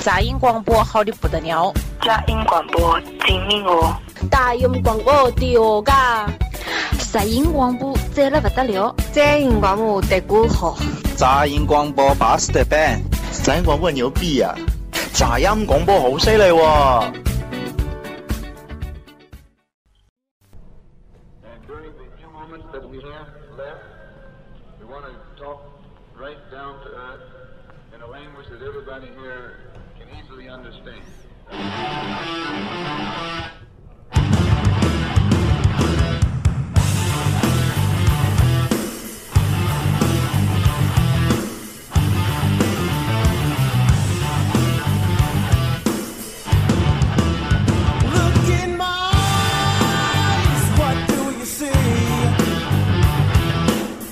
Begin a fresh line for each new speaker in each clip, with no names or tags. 杂音广播好的不得了，
杂音广播精明哦，
大音广播的哦嘎，
杂音广播赞了不得了，
杂音广播的歌好，
杂音广播巴适的板，
杂音广播牛逼啊，杂音广播好犀利喎。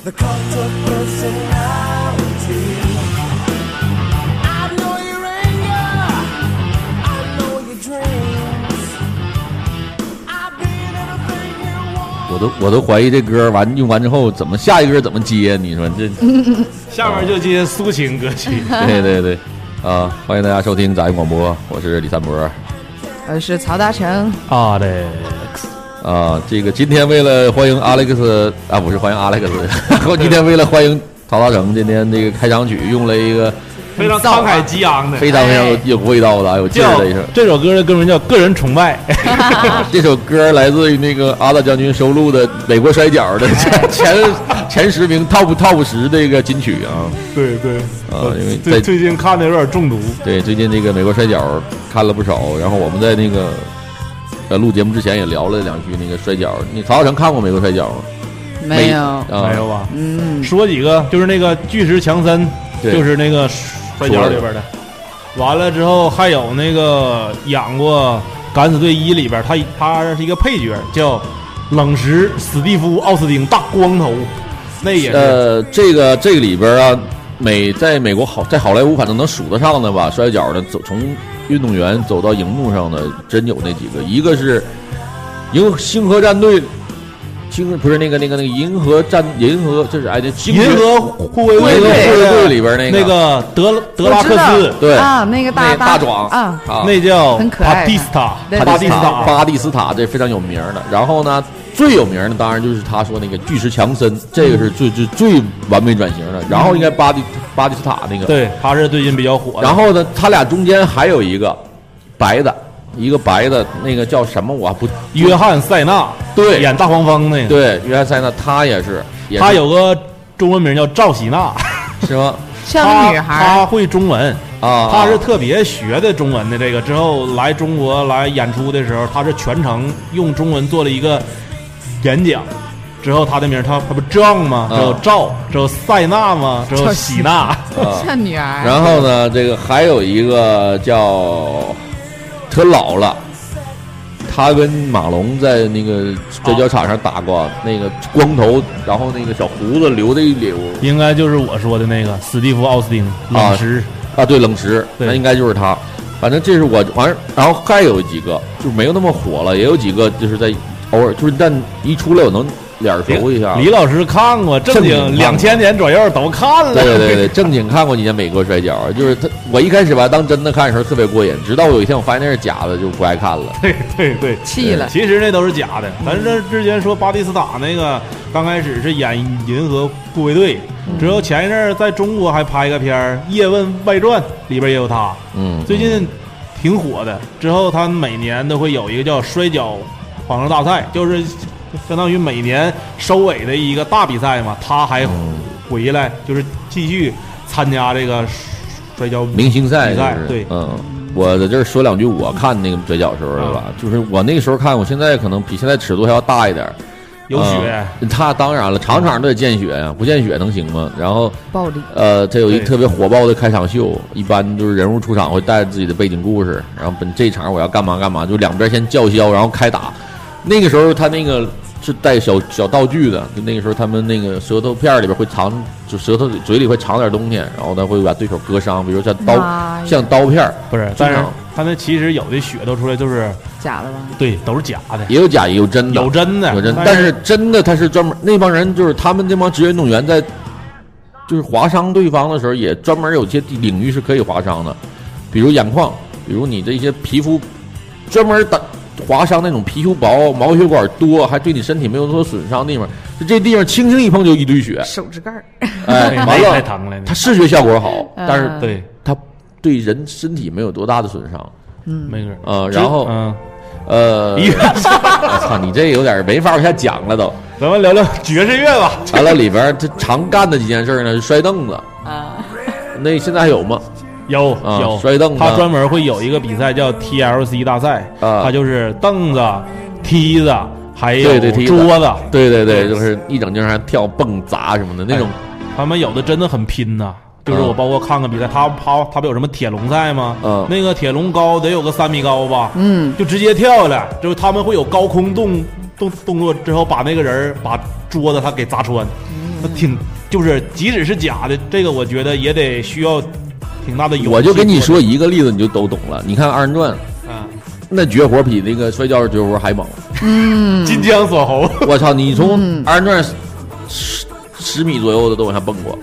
The cult of personality. I know your anger. I know your dreams. I've been everything you want.
我都我都怀疑这歌完用完之后怎么下一歌怎么接？你说这？
下面就接抒情歌曲。
对对对，啊，欢迎大家收听杂音广播，我是李三博。
我是曹大成。
啊对，
啊，这个今天为了欢迎 Alex 啊，不是欢迎 Alex，我 今天为了欢迎曹大成，今天这个开场曲用了一个
非常慷慨激昂的，
非常非常有有味道的、哎有劲儿
叫
的一首。
这首歌的歌名叫《个人崇拜》，
这首歌来自于那个阿大将军收录的美国摔角的前 前十名 Top Top 十的一个金曲啊。
对对呃
啊因为在
最最近看的有点中毒，
对，最近这个美国摔角看了不少，然后我们在那个呃录节目之前也聊了两句那个摔角。你曹小成看过美国摔角吗？
没有，
啊、
没有吧？
嗯，
说几个，就是那个巨石强森，
对
就是那个摔跤里边的。完了之后还有那个演过《敢死队一》里边，他他是一个配角，叫冷石史蒂夫·奥斯汀，大光头，那也是
呃，这个这个里边啊，美在美国好在好莱坞，反正能数得上的吧，摔跤的走从运动员走到荧幕上的，真有那几个，一个是银星河战队，星不是那个那个那个银河战银河，这是哎那星
银河护卫
银河护卫
队
队里边那个
那个德德拉
我
克
知
斯
道，
对
啊，那个大
那大壮
啊，
啊
那叫
很可爱
帕蒂斯塔，
对
帕蒂斯塔，
巴蒂斯塔这非常有名儿的。然后呢，最有名儿的当然就是他说那个巨石强森，这个是最最最完美转型的。然后应该巴蒂巴蒂斯塔那个，
对，他是最近比较火的。
然后呢，他俩中间还有一个白的，一个白的，那个叫什么？我不
约翰·塞纳，
对
演大黄蜂那个，
对约翰塞纳，他也是，也是
他有个中文名叫赵喜娜，
是吗？
像
她
个女孩
她会中文，
啊，
她是特别学的中文的这个。之后来中国来演出的时候，她是全程用中文做了一个演讲。之后她的名，她她不张吗？
啊
之后赵，之后塞纳吗？之后
赵
喜娜，
啊
儿，像女儿。
然后呢，这个还有一个叫他老了，他跟马龙在那个摔跤场上打过，那个光头，然后那个小胡子留的一绺
应该就是我说的那个史蒂夫·奥斯汀，
啊
老师。
啊，对，冷石，
对
那应该就是他。反正这是我完，然后还有几个就是没有那么火了，也有几个就是在偶尔就是但一出来我能脸熟一下。
李老师看过，正
正
经
经看
两
过
千年左右都看了。
对对对对，正经看过几年美国摔跤，就是他，我一开始吧当真的看的时候特别过瘾，直到有一天我发现那是假的，就不爱看了。
对对对，
气了
其实那都是假的。咱这之前说巴蒂斯塔那个，刚开始是演银河护卫队，
嗯
之后前一阵儿在中国还拍一个片儿《叶问外传》，里边也有他。
嗯，
最近挺火的。之后他每年都会有一个叫摔跤皇上大赛，就是相当于每年收尾的一个大比赛嘛。他还
嗯
回来就是继续参加这个摔跤
明星赛
比
就
赛
是，
对
嗯，我在这儿说两句，我看那个嘴角时候
啊
的吧，就是我那个时候看，我现在可能比现在尺度还要大一点儿，
有雪。
嗯他当然了，场场都得见血呀，不见血能行吗？然后，
暴
啊
力，
呃，这有一
对
特别火爆的开场秀，一般就是人物出场会带着自己的背景故事，然后本这场我要干嘛干嘛，就两边先叫嚣，然后开打。那个时候他那个是带小小道具的，就那个时候他们那个舌头片儿里边会藏，就舌头嘴里会藏点东西，然后他会把对手割伤，比如像刀
妈呀
像刀片儿，
不是，
正
但是
常
他那其实有的血都出来就是
假的吧？
对，都是假的，
也有假也有真的，
有真的，
有真，
但
但是真的他是专门那帮人，就是他们这帮职业运动员在就是划伤对方的时候，也专门有些地领域是可以划伤的。比如眼眶，比如你的一些皮肤专门打划伤那种皮肤薄、毛血管多，还对你身体没有所损伤的地方，就这地方轻轻一碰就一堆血，
手指盖儿，
哎，完
太
了，
疼了，
它视觉效果好，但是
嗯
对，
它对人身体没有多大的损伤
没准儿。
啊、然后
嗯，
呃，
医院，
我操，你这有点没法往下讲了都。
咱们聊聊爵士乐吧。
完了里边儿他常干的几件事儿呢，是摔凳子。
啊，
那现在还有吗？
有
啊
有
摔凳子
他专门会有一个比赛叫 TLC 大赛，
啊
他就是凳子、梯子，还有
对对梯子
哎桌子，啊
对对对，就是一整经还跳蹦砸什么的那种。
哎他们有的真的很拼呐、就是我
嗯
包括看看比赛，他他他不有什么铁笼赛吗？
嗯
那个铁笼高得有个三米高吧，
嗯，
就直接跳下来，就是他们会有高空动动动作之后，把那个人儿把桌子他给砸穿，
嗯
那挺就是即使是假的，这个我觉得也得需要挺大的勇气。
我就跟你说，一个例子，你就都懂了。你看二人转，
嗯，
那绝活比那个摔跤的绝活还猛。嗯
金枪锁喉，
我操，你从
嗯
二人转十十米左右的都往下蹦过，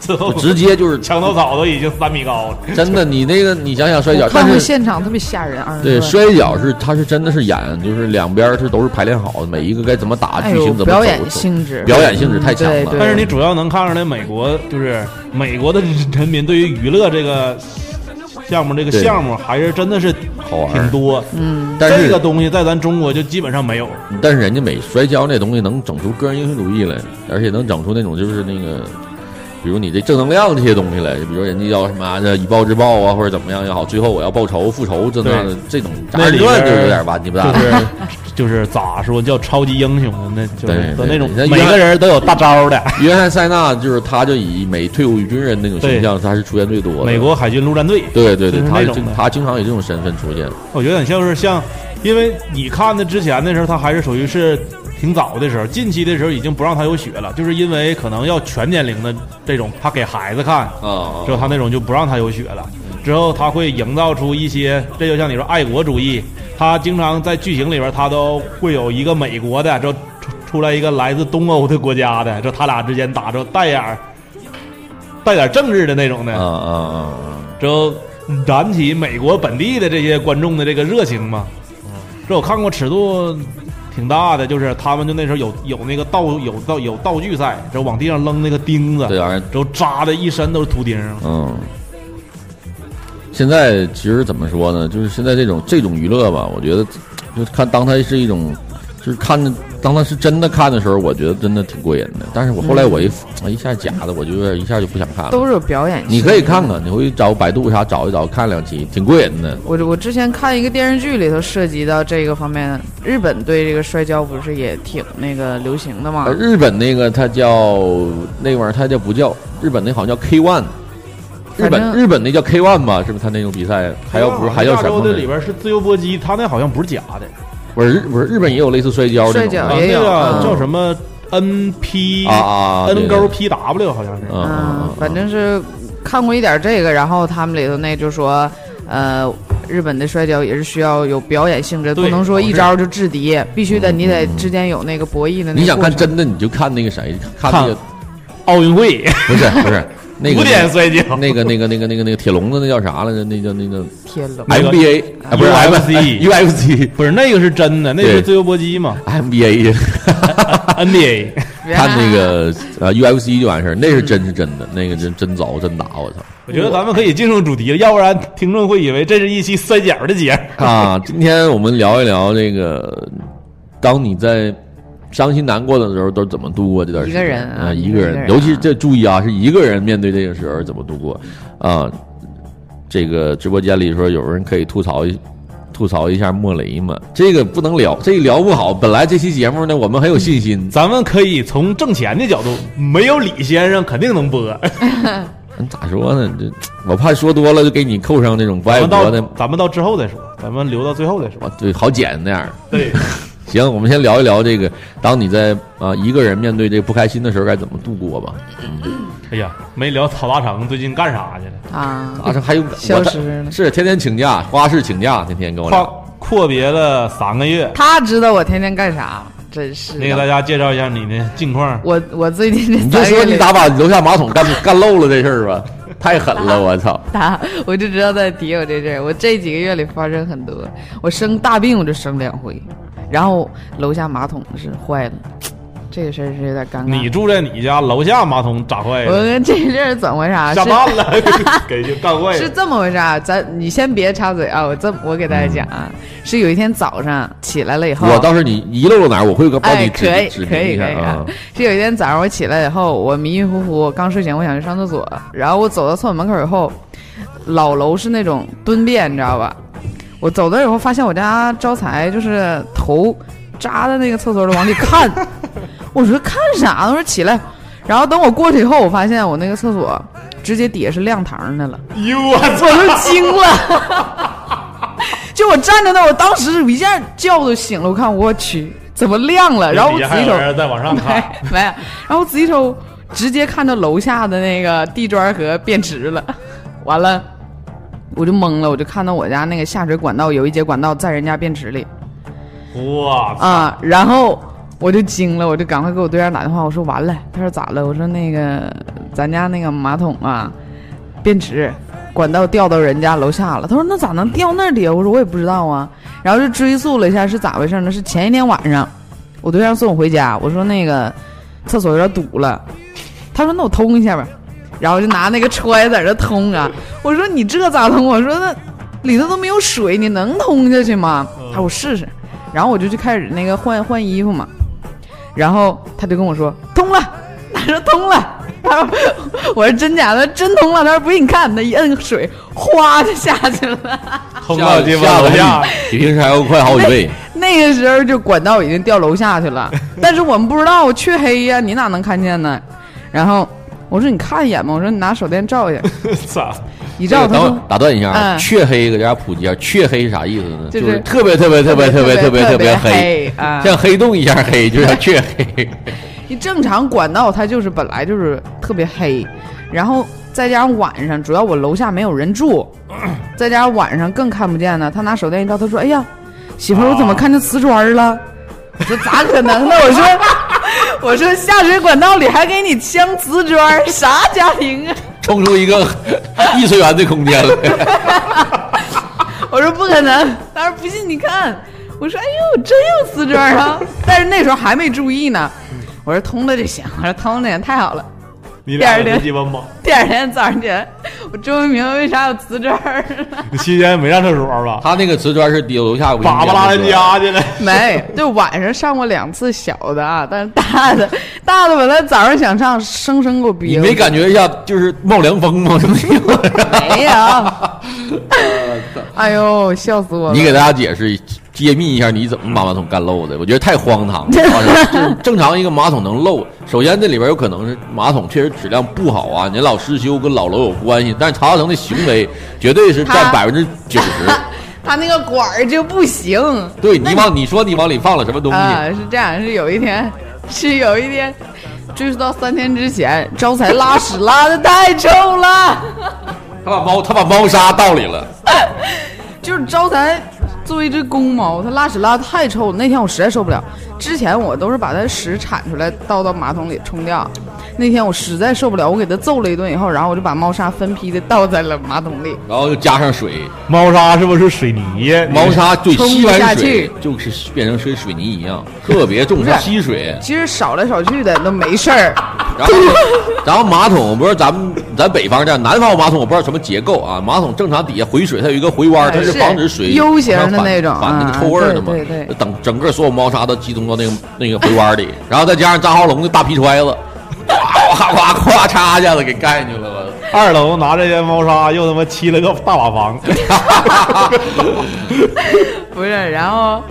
最后
就直接 就是
墙头草都已经三米高了。
真的。你那个你想想摔跤
我，看
但
过
是
现场特别吓人，二人
对
转
摔跤是它是真的是演，就是两边儿是都是排练好的，每一个该怎么打，
哎
剧
呦
情，怎么
表
走
演性质，
表演性质太强了
嗯对对
但是你主要能看出来，美国就是美国的人民对于娱乐这个项目，这个
对
项目还是真的是
好玩儿
挺多。
嗯，
但是
这个东西在咱中国就基本上没有。
但是人家美摔跤那东西能整出个人英雄主义来，而且能整出那种就是那个，比如你这正能量这些东西来，就比如人家要什么的以暴制暴啊，或者怎么样也好，最后我要报仇复仇这那的这种
那
二
里
人
边
转
儿
就有点吧唧不大
就
的。
是就是咋说叫超级英雄的，那就是
对
都
对
那种
对
每个人都有大招的。
约翰塞纳就是他就以美退伍军人那种形象，他是出现最多的。
美国海军陆战队，
对对对
就，是
他
那
是
种的
他经常以这种身份出现。
我觉得很像是像，因为你看的之前的时候，他还是属于是挺早的时候，近期的时候已经不让他有血了，就是因为可能要全年龄的这种，他给孩子看，
啊
之后他那种就不让他有血了。之后他会营造出一些，这就像你说爱国主义，他经常在剧情里边他都会有一个美国的，之后出出来一个来自东欧的国家的，这他俩之间打着带点儿带点儿政治的那种
啊
的，
啊啊！
之后燃起美国本地的这些观众的这个热情嘛。这我看过尺度挺大的，就是他们就那时候有有那个道有道有道具赛，就往地上扔那个钉子，
这玩意儿
然后扎的一身都是秃钉儿。
嗯，现在其实怎么说呢？就是现在这种这种娱乐吧，我觉得就看当它是一种，就是看着当它是真的看的时候，我觉得真的挺过瘾的。但是我后来我一、哎一下假的，我就有点一下就不想看了。
嗯都是有表演性质。
你可以看看，你回去找百度啥找一找，看两期，挺过瘾的。
我我之前看一个电视剧里头涉及到这个方面，日本对这个摔跤不是也挺那个流行的吗
呃，？日本那个它叫那玩意儿，它叫不叫日本那好像叫 K One，日
反
本
正啊
日本那叫 K One 吧？是不是？它那种比赛还要不是还叫什
啊亚洲
么
的里
呢？
边是自由搏击，他那好像不是假的，
不是日不是日本也有类似摔跤这
摔
种
跤
的
啊，
也
那
有
个
嗯
叫什么 NP
哎啊啊
N
对
勾
对
PW 好像是。
嗯嗯
嗯，，反正是看过一点这个，然后他们里头那就说，呃，日本的摔跤也是需要有表演性质，
对
不能说
老
一
师
招就制敌，必须得
嗯
你得之间有那个博弈的那个过程。
你想看真的，你就看那个谁，看那个
奥运会
不是不是那个
古典摔跤，
那个那个那个那个那个铁笼子，那叫啥来着？那叫那个
天冷，
那个
NBA 啊，不是 M
UFC
UFC
不是那个是真的，那是
对
自由搏击嘛
NBA，
，NBA。
看那个呃 UFC 就完事儿，那是真是真的，那个真真凿真打，我操
我觉得咱们可以进入主题了，要不然听众会以为这是一期摔角的节目。
啊！今天我们聊一聊这个，当你在。伤心难过的时候都是怎么度过这段时间？
一个人啊
啊，一
一
个
个
人，
人啊
尤其是这注意啊，是一个人面对这个时候怎么度过啊？这个直播间里说有人可以吐槽一吐槽一下莫雷嘛，这个不能聊，这个聊不好。本来这期节目呢，我们很有信心，
咱们可以从挣钱的角度，没有李先生肯定能播。
咱嗯咋说呢？这我怕说多了就给你扣上那种不
咱
爱
们
国
到
的，
咱们到之后再说，咱们留到最后再说。
啊对，好剪那样。
对，
行，我们先聊一聊这个，当你在啊、一个人面对这不开心的时候该怎么度过吧。
哎呀，没聊曹大成最近干啥去了？
啊，
啊，这还有
消
我
失了
是天天请假，花式请假，天天跟我
跨
聊。
阔别了三个月，
他知道我天天干啥，真是的
你给大家介绍一下你的近况。
我我最近这
你就
三个
说
月
你
里
咋把楼下马桶干干漏了这事儿吧？太狠了，我操！
他， 我就知道他提我这事儿。我这几个月里发生很多，我生大病我就生两回，然后楼下马桶是坏了，这个事儿是有点尴尬。
你住在你家楼下马桶咋坏
我
了？
跟这事儿怎么回事啊？
下
是
班了 给就干坏
是
了。
这么回事啊？咱你先别插嘴啊！我这我给大家讲啊，是有一天早上起来了以后，
我倒是你遗漏了哪儿，我会帮
哎，
你指
可以
指
可
明
以
一
可
下
以
啊。
是有一天早上我起来以后，我迷迷糊糊，我刚睡醒，我想去上厕所，然后我走到厕所门口以后，老楼是那种蹲便，你知道吧？我走到以后发现我家招财就是头扎在那个厕所里往里看， 我说看啥呢？我说起来，然后等我过去以后，我发现我那个厕所直接底下是亮堂的了。
哎呦我
我
操！
都 惊了，就我站在那儿，我当时一下觉都醒了，我看我去怎么亮了，然后我
底下
仔
还
细
有
瞅，
人再往上
没
看，
没，然后我仔细瞅，直接看到楼下的那个地砖和便池了， 完了我就懵了，我就看到我家那个下水管道有一节管道在人家便池里
哇操！
啊，然后。我就惊了，我就赶快给我对象打电话，我说完了。他说咋了？我说那个咱家那个马桶啊，便池管道掉到人家楼下了。他说那咋能掉那里啊？我说我也不知道啊。然后就追溯了一下是咋回事呢？是前一天晚上，我对象送我回家，我说那个厕所有点堵了，他说那我通一下吧，然后就拿那个揣在这通啊。我说你这咋通？我说那里头都没有水，你能通下去吗？他说我试试，然后我就去开始那个换换衣服嘛，然后他就跟我说通了，他说通了。他说：“我说真假的，真通了。”他说：“不信你看，他一摁水，哗就下去了。
通
下
到鸡巴
下
楼
楼
下，
比平时还要快好几
哎
倍。
那个时候就管道已经掉楼下去了， 但是我们不知道，黢黑呀，你哪能看见呢？然后我说你看一眼吧，我说你拿手电 照一下，
操！
一照他
等会
说
儿打断一下啊，
嗯
黢黑给大家普及一下，黢黑啥意思呢？
就
就是是特别特别特别特别特别
特
别
别
黑，
啊！
像黑洞一样黑，就叫黢黑。
你正常管道它就是本来就是特别黑，然后再加上晚上，主要我楼下没有 人住，再加上晚上更看不见呢。他拿手电一照，他说：“哎呀，媳妇儿，我
啊
怎么看见瓷砖了？” 我说：“咋可能呢？”我说：“ 我说下水管道里还给你镶瓷砖，啥家庭啊？”
冲出一个异次元的空间来。
我说不可能，他说不信你看。我说哎呦，真有瓷砖啊！ 但是那时候还没注意呢。
嗯
我说通了就行，我说通了就行，太好了。
你
第
俩
二天
真鸡巴猛！
第二天早上起来，我终于明白为啥有瓷砖儿了。
你期间没上厕所 吧？
他那个瓷砖是丢楼下卫生
粑
间
粑拉
的
人
时候
家去了。
没，就晚上上过两次小的啊，但是大的大的本来早上想上，生生给我憋。
你没感？觉一下就是冒凉风吗？
没有。哎呦，笑死我了！
你给大家解释揭秘一下，你怎么把马桶干漏的？我觉得太荒唐 了。就是正常一个马桶能漏，首先这里边有可能是马桶确实质量不好啊，你老失修跟老楼有关系，但是查大成的行为绝对是占百
他
分之九 十。
他那个管儿就不行。
对你往你说你往里放了什么东西？
啊，是这样，是有一天，是有一天，追溯到三天之前，招财拉屎拉的太臭了，
他把猫他把猫砂倒里了，
就是招财作为一只公猫，它拉屎拉的太臭了。那天我实在受不了，之前我都是把它屎铲出来倒到马桶里冲掉。那天我实在受不了，我给它揍了一顿以后，然后我就把猫砂分批的倒在了马桶里。
然后又加上水，
猫砂是不是水泥？
猫砂对
冲不
吸
下
完
去
水就是变成水水泥一样，特别重，
不是
像吸水。
其实少来少去的都没事儿，
然后，然后马桶不是咱们咱北方这样，南方马桶我不知道什么结构啊。马桶正常底下回水，它有一个回弯，它
哎是
防止水
U 型的
往上反
那种
反那个
啊
臭味儿的嘛。
对对对
等整个所有猫砂都集中到那个那个回弯里，然后再加上张浩龙的大皮揣子，哗哗哗哗嚓一下子给盖进去了。我
二楼拿这些猫砂又他妈砌了个大瓦房，
不是，然后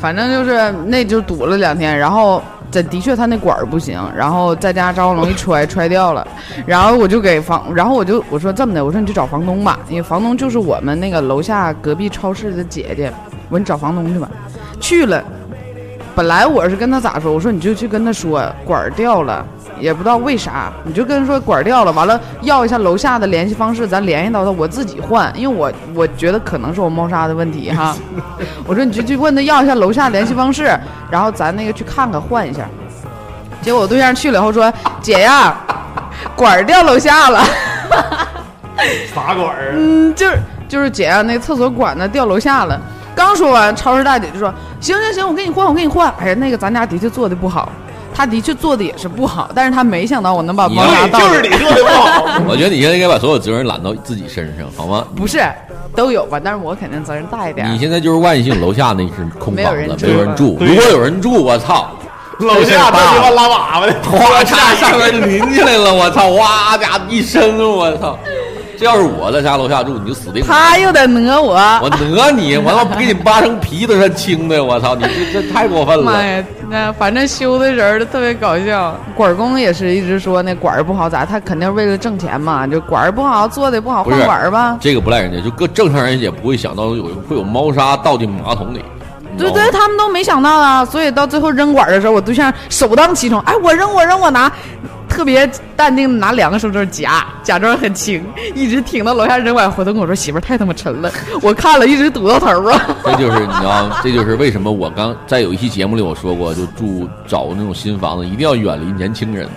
反正就是那就堵了两天，然后这的确他那管儿不行，然后再加上张龙一揣揣掉了，然后我就给房，然后我就我说这么的，我说你去找房东吧，因为房东就是我们那个楼下隔壁超市的姐姐，我说你找房东去吧，去了。本来我是跟他咋说，我说你就去跟他说管儿掉了，也不知道为啥，你就跟他说管儿掉了，完了要一下楼下的联系方式，咱联系到他，我自己换，因为我我觉得可能是我猫砂的问题哈。我说你就去问他要一下楼下联系方式，然后咱那个去看看换一下。结果我对象去了以后说：“姐呀，管儿掉楼下了。”
啥管儿啊？
嗯，就是就是姐啊，那厕所管子掉楼下了。刚说完，超市大姐就说：“行行行，我给你换，我给你换。”哎呀，那个咱家的确做的不好，她的确做的也是不好，但是她没想到我能把猫砂
对
倒。
就是你做的不好。
我觉得你现在应该把所有责任揽到自己身上，好吗？
不是都有吧？但是我肯定责任大一点。
你现在就是万幸，楼下那是空
没
房
有人
子，
住
没有人住。
对
如果有人住，我操，
楼下那鸡巴拉粑粑的，
哗嚓上面淋起来了，我操，哇家伙一身，我操！这要是我在家楼下住，你就死定了。
她又得讹
我
我，
讹你，我他妈不给你扒成皮都算轻的，我操！你这这太过分
妈
了。
呀！那反正修的人儿特别搞笑，管工也是一直说那管儿不好咋？他肯定为了挣钱嘛，就管儿不好，做的不好
不是
换管儿吧。
这个不赖人家，就各正常人也不会想到有会有猫砂倒进马桶里。你知
对
道吗
对，，他们都没想到啊，所以到最后扔管儿的时候，我对象首当其冲，哎，我扔我扔我拿，特别淡定的拿两个手指头夹，假装很轻，一直挺到楼下扔完，回头跟我说媳妇儿太他妈沉了， 我看了一直堵到头儿啊。
这就是你知道，这就是为什么我刚在有一期节目里我说过，就住找那种新房子一定要远离年轻人，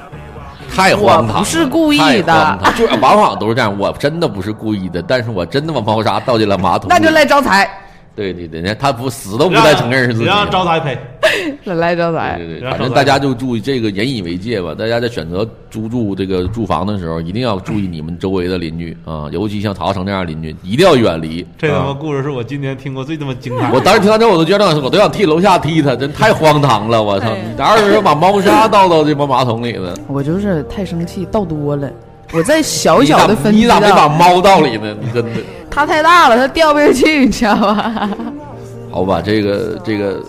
太荒唐了，
我不是故意
太
的
荒唐就是往往都是这样。我真的不是故意的，但是我真的把猫砂倒进了马桶里。
那就赖招财，
对对对，他不死都不带承认是自己
你
的。
让哎招他赔。
赖招财
对对对，
然后
反正大家就注意这个，引以为戒吧。大家在选择租住这个住房的时候，一定要注意你们周围的邻居啊，尤其像曹成这样的邻居，一定要远离。
这他妈
啊
故事是我今年听过最他妈精彩 的。
我当时听到这，我都觉得我都想踢楼下踢他，真太荒唐了！我操，你哪有人把猫砂倒到这帮马桶里呢？
我就是太生气，倒多 了。我在小
你
小
咋
的分啊
你
区
咋没把
道，
猫倒里呢？你真的
它太大了，它掉不下去， 你知道吧？
好吧？这个这个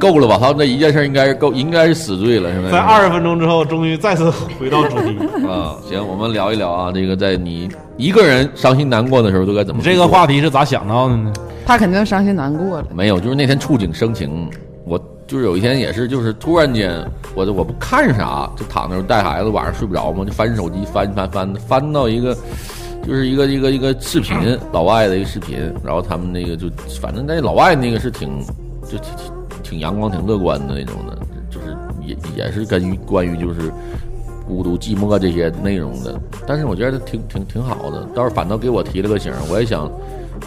够够了吧？他这一件事应该是够，应该是死罪了，现在
在二十分钟之后，终于再次回到主题。
啊，行，我们聊一聊啊，这个在你一个人伤心难过的时候都该怎么
你
做？
这个话题是咋想到的呢？
它肯定伤心难过了。
没有，就是那天触景生情，我就是有一天也是，就是突然间，我就我不看啥，就躺那儿带孩子，晚上睡不着嘛，就翻手机翻翻翻翻到一个。就是一个一个一个视频，老外的一个视频，然后他们那个就反正那老外那个是挺就挺挺挺阳光、挺乐观的那种的，就是也也是跟于关于就是孤独、寂寞这些内容的。但是我觉得挺挺挺好的，倒是反倒给我提了个醒儿，我也想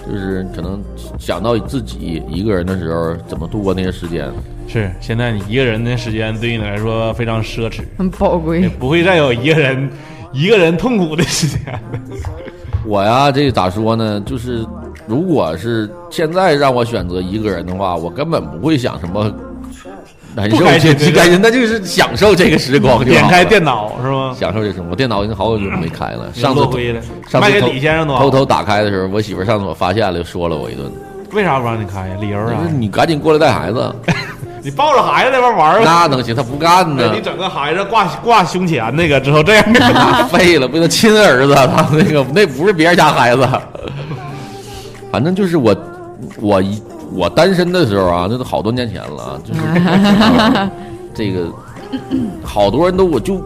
就是可能想到自己一个人的时候怎么度过那些时间。
是现在你一个人的时间对你来说非常奢侈，
很宝
也
贵，
不会再有一个人一个人痛苦的时间了。
我呀，这咋说呢？就是如果是现在让我选择一个人的话，我根本不会想什么难受
不开心
这这
对 吧
开心，那就是享受这个时光就好了
点开电脑是吗？
享受这生活。电脑已经好久没开了，上次
落灰了，
上
卖
次
给
偷
李先生多好。
偷偷打开的时候，我媳妇儿上次我发现了，又说了我一顿，
为啥不让你开呀？理由
我
啊
说？你赶紧过来带孩子，
你抱着孩子在那边玩儿吧，啊
那能行？他不干呢
你，整个孩子挂挂胸前那个之后这样，
废了，不能亲儿子，他那个那不是别人家孩子。反正就是我，我一我单身的时候啊，那都好多年前了，啊，就是啊这个好多人都我就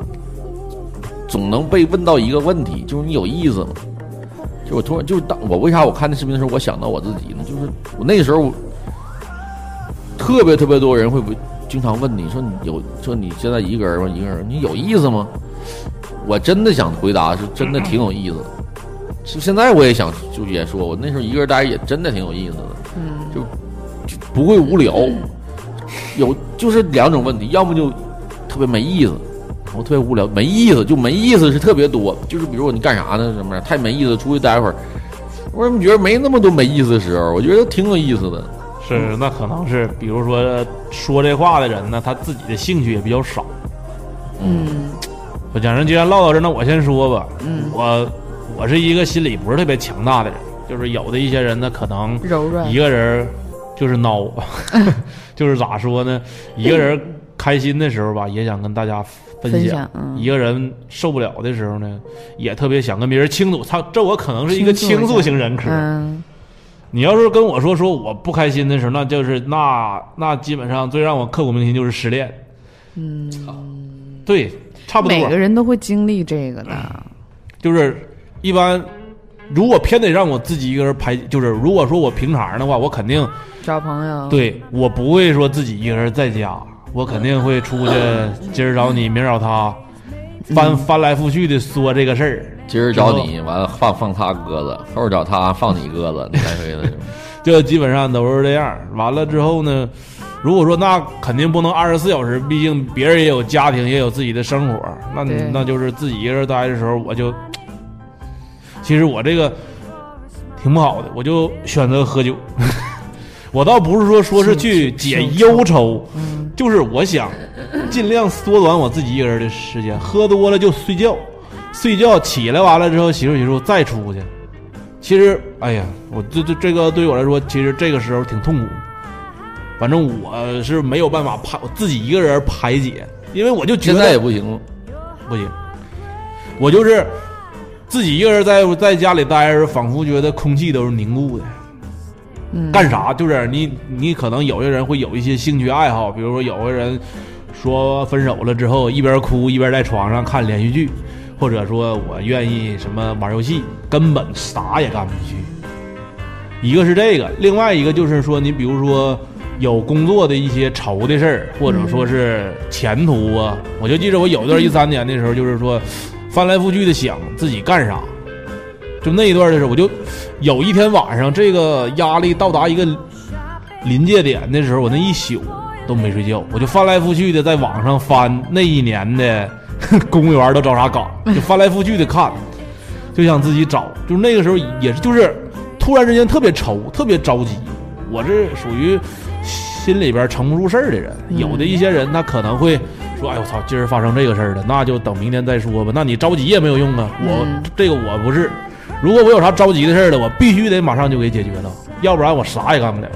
总能被问到一个问题，就是你有意思吗？就我突然就是当我为啥我看那视频的时候，我想到我自己呢？就是我那时候特别特别多人会不经常问你说你有说你现在一个人吗？一个人你有意思吗？我真的想回答是真的挺有意思的。是现在我也想就也说，我那时候一个人待着也真的挺有意思的，就就不会无聊。有就是两种问题，要么就特别没意思，然后特别无聊，没意思就没意思是特别多，就是比如你干啥呢什么样，太没意思，出去待会儿。我怎么觉得没那么多没意思的时候？我觉得挺有意思的。
是那可能是比如说说这话的人呢，他自己的兴趣也比较少。
嗯，
我讲人既然唠到这儿，那我先说吧。
嗯
我我是一个心理不是特别强大的人，就是有的一些人呢，可能
柔软
一。个人就是孬， 就是咋说呢？一个人开心的时候吧，也想跟大家分享；
分享嗯
一个人受不了的时候呢，也特别想跟别人倾诉。他这我可能是一个
倾诉
倾
一下
诉型人格。
嗯，
你要是跟我说说我不开心的时候，那就是那那基本上最让我刻骨铭心就是失恋。嗯，对，差不多。
每个人都会经历这个
嗯
的。
就是一般，如果偏得让我自己一个人排，就是如果说我平常的话，我肯定
找朋友，，
对我不会说自己一个人在家，我肯定会出去，今儿找你，明儿找他，翻翻来覆去的说这个事儿。
嗯今儿找你，完了放放他鸽子，后儿找他放你鸽子，来回的。
这基本上都是这样。完了之后呢，如果说那肯定不能二十四小时，毕竟别人也有家庭，也有自己的生活。那
对
那就是自己一个人待的时候，我就，其实我这个挺不好的，我就选择喝酒。 我倒不是说说是去解忧愁，就是我想尽量缩短我自己一个人的时间。喝多了就睡觉，睡觉起来完了之后洗漱洗漱再出去。其实，哎呀，我这这这个对于我来说，其实这个时候挺痛苦。反正我是没有办法排我自己一个人排解，因为我就觉
现
得
在也不行，
不行，我就是自己一个人在在家里待着，仿佛觉得空气都是凝固的。
嗯
干啥？就是你，你可能有些人会有一些兴趣爱好，比如说有个人说分手了之后，一边哭一边在床上看连续剧，或者说我愿意什么玩游戏，根本啥也干不进去。一个是这个，另外一个就是说，你比如说有工作的一些愁的事儿，或者说是前途啊。我就记着我有一段一三年的时候，就是说翻来覆去的想自己干啥，就那一段的时候，我就有一天晚上，这个压力到达一个临界点的时候，我那一宿都没睡觉，我就翻来覆去的在网上翻那一年的公务员都招啥岗，就翻来覆去的看，就想自己找。就是那个时候也是，就是突然之间特别愁，特别着急。我这属于心里边盛不住事儿的人，有的一些人他可能会。说，哎我操，今儿发生这个事儿了，那就等明天再说吧。那你着急也没有用啊，我、这个我不是，如果我有啥着急的事儿了，我必须得马上就给解决了，要不然我啥也干不了。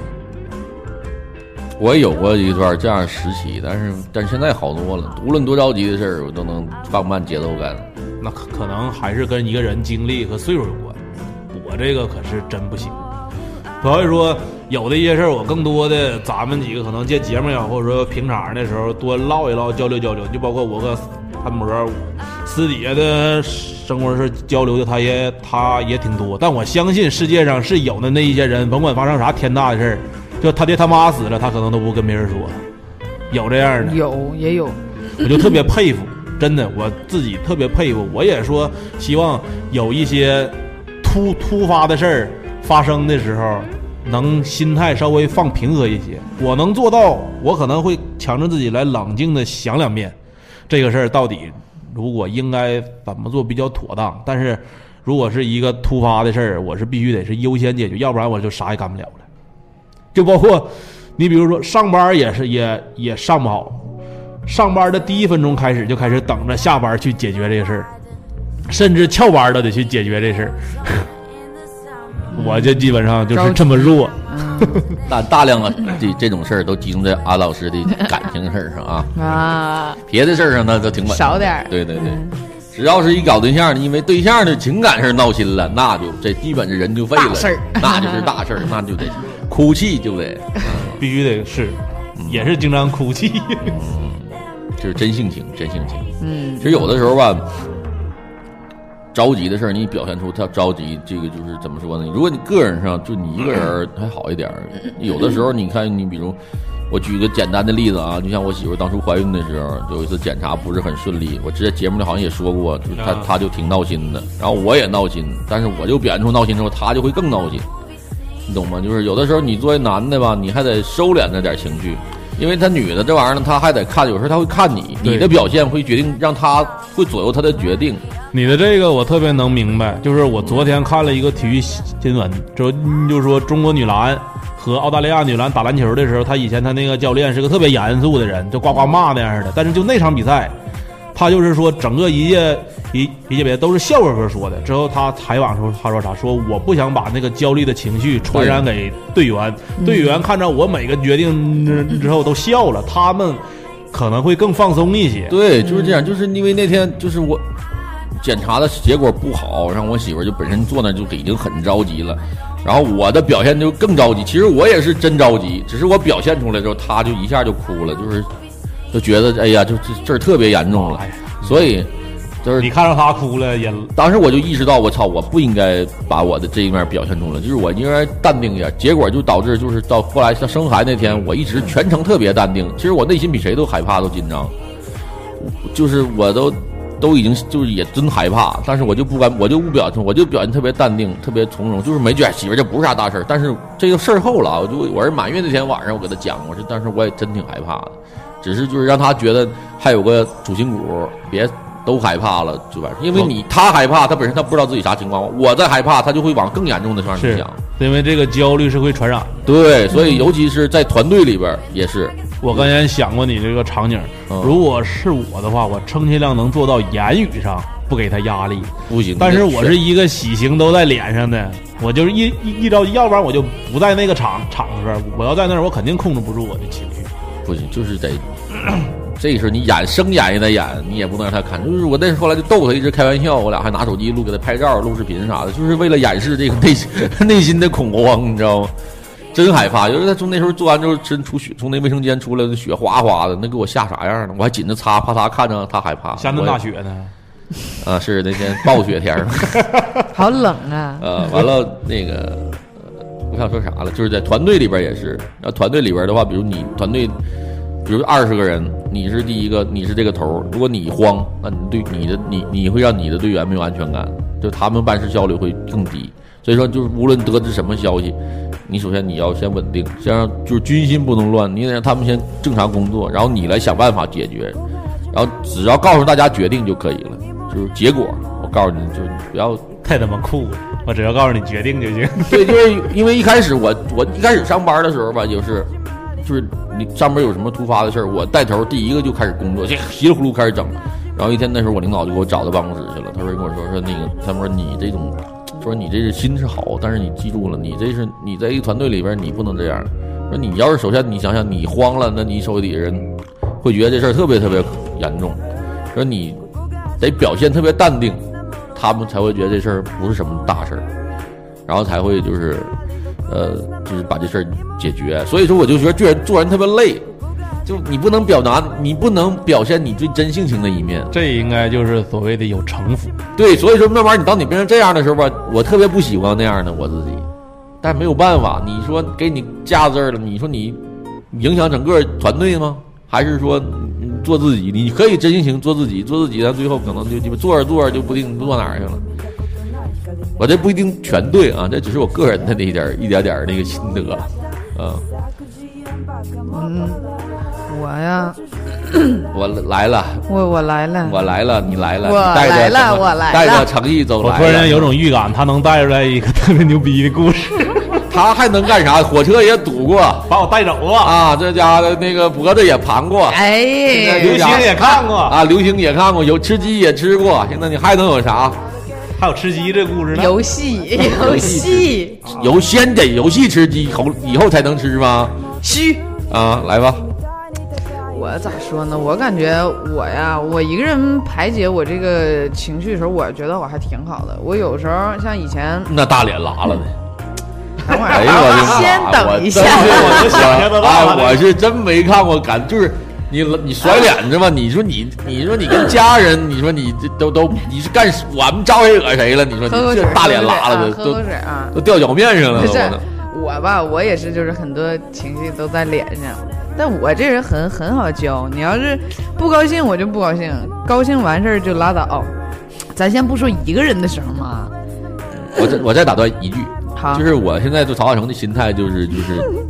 我也有过一段这样的时期，但是但是现在好多了。无论多着急的事儿，我都能放慢节奏感。
那可可能还是跟一个人经历和岁数有关。我这个可是真不行，所以说有的一些事儿，我更多的咱们几个可能借节目呀，或者说平常的时候多唠一唠，交流交流。就包括我和潘博私底下的生活是交流的，他也他也挺多。但我相信世界上是有的那一些人，甭管发生啥天大的事儿，就他爹他妈死了，他可能都不跟别人说，有这样的。
有也有，
我就特别佩服，真的，我自己特别佩服。我也说，希望有一些突突发的事儿发生的时候，能心态稍微放平和一些。我能做到，我可能会强制自己来冷静的想两遍，这个事儿到底如果应该怎么做比较妥当。但是，如果是一个突发的事儿，我是必须得是优先解决，要不然我就啥也干不了了。就包括你比如说上班也是也也上不好，上班的第一分钟开始就开始等着下班去解决这个事儿，甚至翘班都得去解决这事儿。我就基本上就是这么弱，
大大量 的这这种事儿都集中在安老师的感情事儿上啊，
啊，
别的事儿上那都挺稳。
少点儿嗯
对对对，只要是一搞对象，因为对象的情感事儿闹心了，那就这基本这人就废了，
大事儿
那就是大事儿，那就得哭泣，就得
必须得是，也是经常哭泣。
就是真性情，真性情。
嗯
其实有的时候吧，着急的事儿，你表现出他着急，这个就是怎么说呢？如果你个人上就你一个人儿还好一点儿，有的时候你看你比如，我举个简单的例子啊，就像我媳妇儿当初怀孕的时候，有一次检查不是很顺利，我之前节目里好像也说过，就是她
啊
她就挺闹心的，然后我也闹心，但是我就表现出闹心之后，她就会更闹心。你懂吗？就是有的时候你作为男的吧，你还得收敛着点情绪，因为他女的这玩意儿呢，她还得看，有时候她会看你，
对
你的表现会决定让她会左右她的决定。
你的这个我特别能明白，就是我昨天看了一个体育新闻，就就说中国女篮和澳大利亚女篮打篮球的时候，她以前她那个教练是个特别严肃的人，就呱呱骂那样的。但是就那场比赛，她就是说整个一届一一届别都是笑呵呵说的。之后她采访的时候她说啥？说我不想把那个焦虑的情绪传染给队员，队员看着我每个决定之之后都笑了，他们可能会更放松一些。
对，就是这样，就是因为那天就是我检查的结果不好，让我媳妇儿就本身坐那就已经很着急了，然后我的表现就更着急。其实我也是真着急，只是我表现出来之后，她就一下就哭了，就是就觉得哎呀，就这这儿特别严重了
哎呀，
所以就是
你看着她哭了也
当时我就意识到，我操，我不应该把我的这一面表现出来，就是我应该淡定一点。结果就导致，就是到后来像生孩子那天，我一直全程特别淡定。其实我内心比谁都害怕，都紧张，就是我都都已经就是也真害怕，但是我就不敢，我就不表现，我就表现特别淡定，特别从容，就是没觉得媳妇儿这不是啥大事儿。但是这个事儿后了啊，我就我是满月那天晚上我给他讲，我说，但是我也真挺害怕的，只是就是让他觉得还有个主心骨，别都害怕了就完事儿。
哦
因为你他害怕，他本身他不知道自己啥情况，我再害怕，他就会往更严重的方向去
是
想。
因为这个焦虑是会传染。
对，所以尤其是在团队里边儿也是，
我刚才想过你这个场景
嗯，
如果是我的话，我充其量能做到言语上不给他压力，
不行。
但是我是一个喜形都在脸上的，我就是一一一着急，要不然我就不在那个场场合，我要在那儿，我肯定控制不住我的情绪。
不行，就是得这事儿你演生演也得演，你也不能让他看。就是我那时候后来就逗他，一直开玩笑，我俩还拿手机录给他拍照、录视频啥的，就是为了掩饰这个内心 内心的恐慌，你知道吗？真害怕，就是他从那时候做完之后，真出血，从那卫生间出来，那血哗哗的，那给我吓啥样了？我还紧着擦，怕他看着他害怕。
下顿
我
大雪呢，
啊，是那天暴雪天儿。
好冷啊！
呃，完了那个，呃我想说啥了？就是在团队里边也是，那团队里边的话，比如你团队，比如二十个人，你是第一个，你是这个头儿，如果你慌，那你对你的你你会让你的队员没有安全感，就他们办事效率会更低。所以说，就是无论得知什么消息，你首先你要先稳定，先让就是军心不能乱，你得让他们先正常工作，然后你来想办法解决，然后只要告诉大家决定就可以了，就是结果。我告诉你，就是你不要
太他妈酷了！我只要告诉你决定就 行。
对，因为因为一开始我我一开始上班的时候吧，就是就是你上班有什么突发的事儿，我带头第一个就开始工作，这稀里糊涂开始整。然后一天那时候我领导就给我找到办公室去了，他说跟我说说那个，他们说你这种，说你这是心是好，但是你记住了，你这是你在一个团队里边你不能这样。说你要是首先你想想你慌了，那你手底下人会觉得这事儿特别特别严重。说你得表现特别淡定，他们才会觉得这事儿不是什么大事儿。然后才会就是，呃，就是把这事儿解决。所以说，我就觉得做人做人特别累，就你不能表达，你不能表现你最真性情的一面。
这应该就是所谓的有城府。
对，所以说慢慢你当你变成这样的时候吧，我特别不喜欢那样的我自己，但没有办法。你说给你架这儿了，你说你影响整个团队吗？还是说你你做自己？你可以真性情做自己，做自己，但最后可能就鸡巴做着做着就不定做哪儿去了。我这不一定全对啊，这只是我个人的那一点儿一点点儿那个心得，嗯，
嗯我呀，
我来了，
我我来了，
我来了，你来了，
我
你带着
来了
什么
我来
带着
了
诚意走
我
来了。
突然有种预感，他能带出来一个特别牛逼的故事，
他还能干啥？火车也堵过，
把我带走了。
啊，这家的那个脖子也盘过，现在
哎，
就
流
是
星也看过，
啊，流星也看过，有吃鸡也吃过，现在你还能有
啊
啥？
还有吃鸡这故事呢。
游戏游戏，
游先得游戏吃鸡，以后以后才能吃吗？
虚。
啊，来吧，
我咋说呢？我感觉我呀，我一个人排解我这个情绪的时候，我觉得我还挺好的。我有时候像以前，
那大脸拉 了呢。
等会儿
哎呦我的妈！
先等一下
我，真是
我就想象得到
啊，
了
我是真没看过，敢就是你你甩脸子吧？你说你你说你跟家人，你说你这都都你是干我们招谁惹谁了？你说
喝口
你
水
这，大脸拉
喝口
了的
水啊喝
都
口水啊。
都掉脚面上了
不
都
是
呢。
我吧，我也是，就是很多情绪都在脸上。但我这人很很好教，你要是不高兴，我就不高兴；高兴完事儿就拉倒。咱先不说一个人的时候嘛，
我再我再打断一句，
好，
就是我现在对曹大成的心态就是就是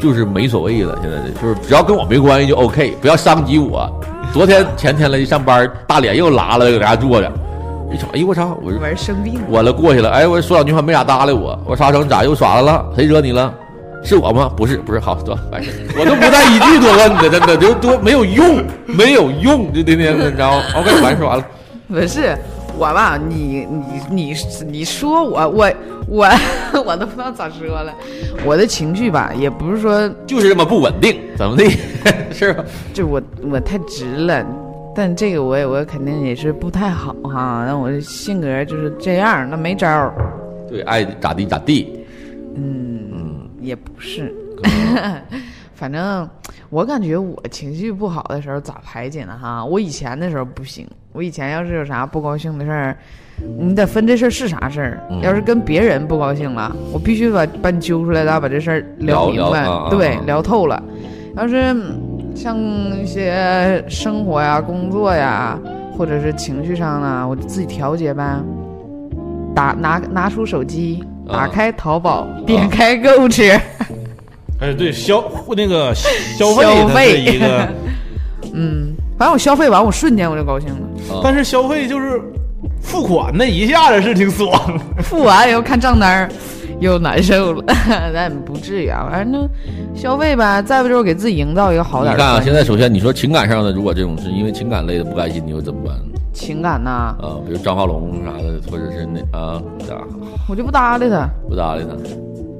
就是没所谓了，现在这就是只要跟我没关系就 OK，不要伤及我。昨天前天来一上班，大脸又拉了，搁家坐着，一瞅，哎呦我操！我说
我是生病了。
我了过去了，哎，我说两句话没咋搭理我，我说沙成咋又耍了？谁惹你了？是我吗？不是，不是，好，走，完事我都不带一句多问的，真的就多没有用，没有用，就天天你知道吗？OK，完事完了，
不是我吧？你你你你说我我我 我都不知道咋说了。我的情绪吧，也不是说
就是这么不稳定，怎么地？ 是吧？
就我我太直了，但这个我也我肯定也是不太好哈。那我性格就是这样，那没招儿。
对，爱咋地咋地，
也不是， 反正我感觉我情绪不好的时候咋排解呢？哈，我以前的时候不行，我以前要是有啥不高兴的事儿，你得分这事儿是啥事儿。
嗯
要是跟别人不高兴了，我必须把把你揪出来，咱俩把这事儿
聊
明白，
聊啊啊
对
啊，
聊透了。要是嗯像一些生活呀、工作呀，或者是情绪上呢，我就自己调节呗。打拿拿出手机，打
啊
开淘宝，
哦
点开购 物车，
哎，对消那个消费
消
它是
费
一 个，
嗯，反正我消费完，我瞬间我就高兴了。
但是消费就是付款那一下子是挺爽。
哎付完以后看账单儿，又难受了， 但不至于啊，反正消费呗。再不就是给自己营造一个好点
你
儿
看
的
啊，
环境。
现在首先你说情感上的，如果这种是因为情感类的不开心，你会怎么办
情感呐、
啊？比如张化龙啥的，或者是那啊咋
我就不搭理他。
不搭理他？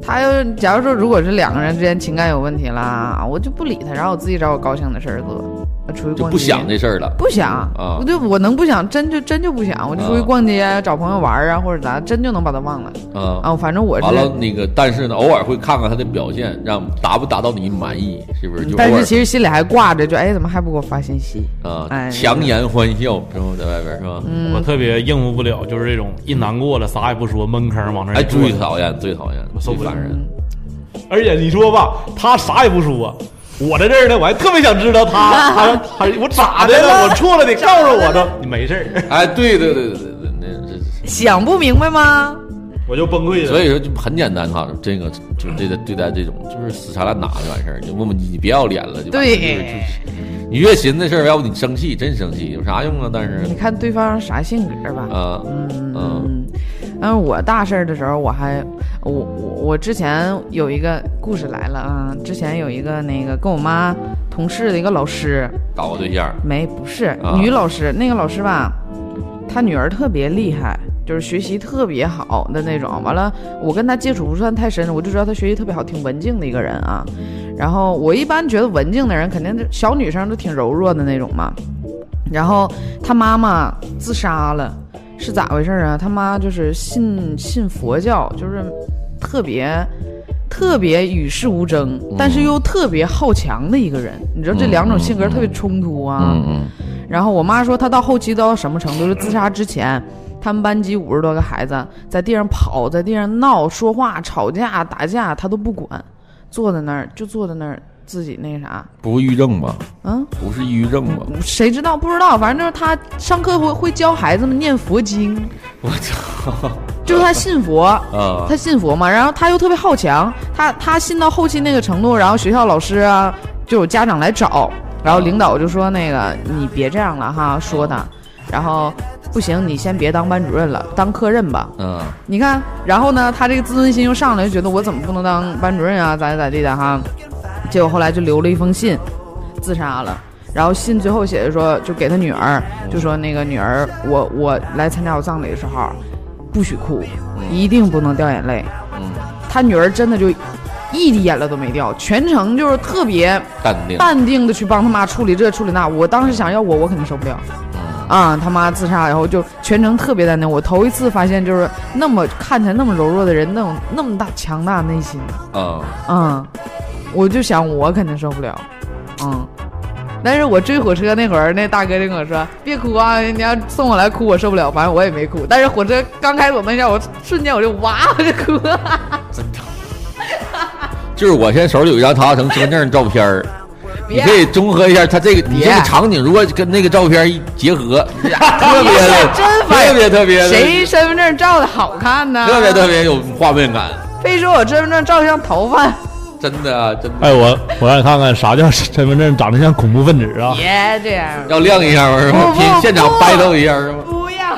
他要是假如说，如果是两个人之间情感有问题啦，我就不理他，然后我自己找我高兴的事儿做，我出去
就
逛街
不想这事儿了。
不想
啊
我就我能不想，真就真就不想，我就出去
啊
逛街、找朋友玩儿啊，或者咋，真就能把他忘了
啊
啊。反正我是
完，了那个，但是呢，偶尔会看看他的表现，让达不达到你满意，是不是？就
嗯但
偶
是
尔
其实心里还挂着，就哎怎么还不给我发信息？
啊，
哎嗯
强颜欢笑，然后在外边是吧？
我特别应付不了，就是这种一难过了啥也不说，闷坑往那
哎，
一坐
最讨厌，最讨厌，
受
最
不了
烦人。
而且你说吧，他啥也不说，我在这儿呢，我还特别想知道 他他他我咋的了，我错了，得告诉我呢。你没事儿，
哎，对对对对对对，那这这
想不明白吗？
我就崩溃了。
所以说就很简单哈，这个就这个对待这种就是死缠烂打就完事儿，就问问你不要脸了，就完事儿
对，
你越寻思这事儿，要不你生气，真生气，有啥用啊？但是
你看对方啥性格吧。
啊，嗯，
嗯，但是我大事儿的时候，我还我我我之前有一个故事来了啊，之前有一个那个跟我妈同事的一个老师，
搞个对象儿
没不是
啊
女老师，那个老师吧，她女儿特别厉害，就是学习特别好的那种。完了，我跟她接触不算太深，我就知道她学习特别好，挺文静的一个人啊。然后我一般觉得文静的人，肯定是小女生都挺柔弱的那种嘛。然后她妈妈自杀了，是咋回事儿啊？她妈就是信信佛教，就是特别。特别与世无争，但
嗯
是又特别好强的一个人，你知道这两种性格特别冲突啊。
嗯嗯
然后我妈说，她到后期到什么程度？就是自杀之前，他们班级五十多个孩子在地上跑，在地上闹、说话、吵架、打架，她都不管，坐在那儿就坐在那儿自己那啥，
不是抑郁症吧？
嗯，
不是抑郁症吧？
谁知道不知道？反正就是她上课会会教孩子们念佛经，
我操
就是她信佛。
啊！
她信佛嘛，然后她又特别好强，她她信到后期那个程度，然后学校老师啊，就有家长来找，然后领导就说那个你别这样了哈，说她，然后不行，你先别当班主任了，当科任吧。
嗯，
你看，然后呢，她这个自尊心又上来，就觉得我怎么不能当班主任啊，咋咋地的哈，结果后来就留了一封信，自杀了。然后信最后写的说，就给她女儿，就说那个女儿，我我来参加我葬礼的时候，不许哭，一定不能掉眼泪。
嗯，
他女儿真的就一滴眼泪都没掉，全程就是特别
淡定。
淡定的去帮他妈处理这处理那。我当时想要我，我肯定受不了
嗯
啊！他妈自杀以后就全程特别淡定。我头一次发现，就是那么看起来那么柔弱的人，那种那么大强大的内心
啊，
啊！我就想我肯定受不了，嗯。但是我追火车那会儿，那大哥就跟我说：“别哭啊，你要送我来哭，我受不了。”反正我也没哭。但是火车刚开走那下，我瞬间我就哇，我就哭了。
就是我现在手里有一张唐大成身份证照片儿。你
别
可以综合一下他这个你
别
这个场景，如果跟那个照片一结合， 特 别的
真烦
特别特别的
谁身份证照的好看呢？
特别特别有画面感，
非说我身份证照像头发，
真的啊真的
哎，我我让你看看啥叫身份证长得像恐怖分子啊！
别这样，
要亮一下是吧？
不不
拼现场
不
battle 一下是吗？
不要，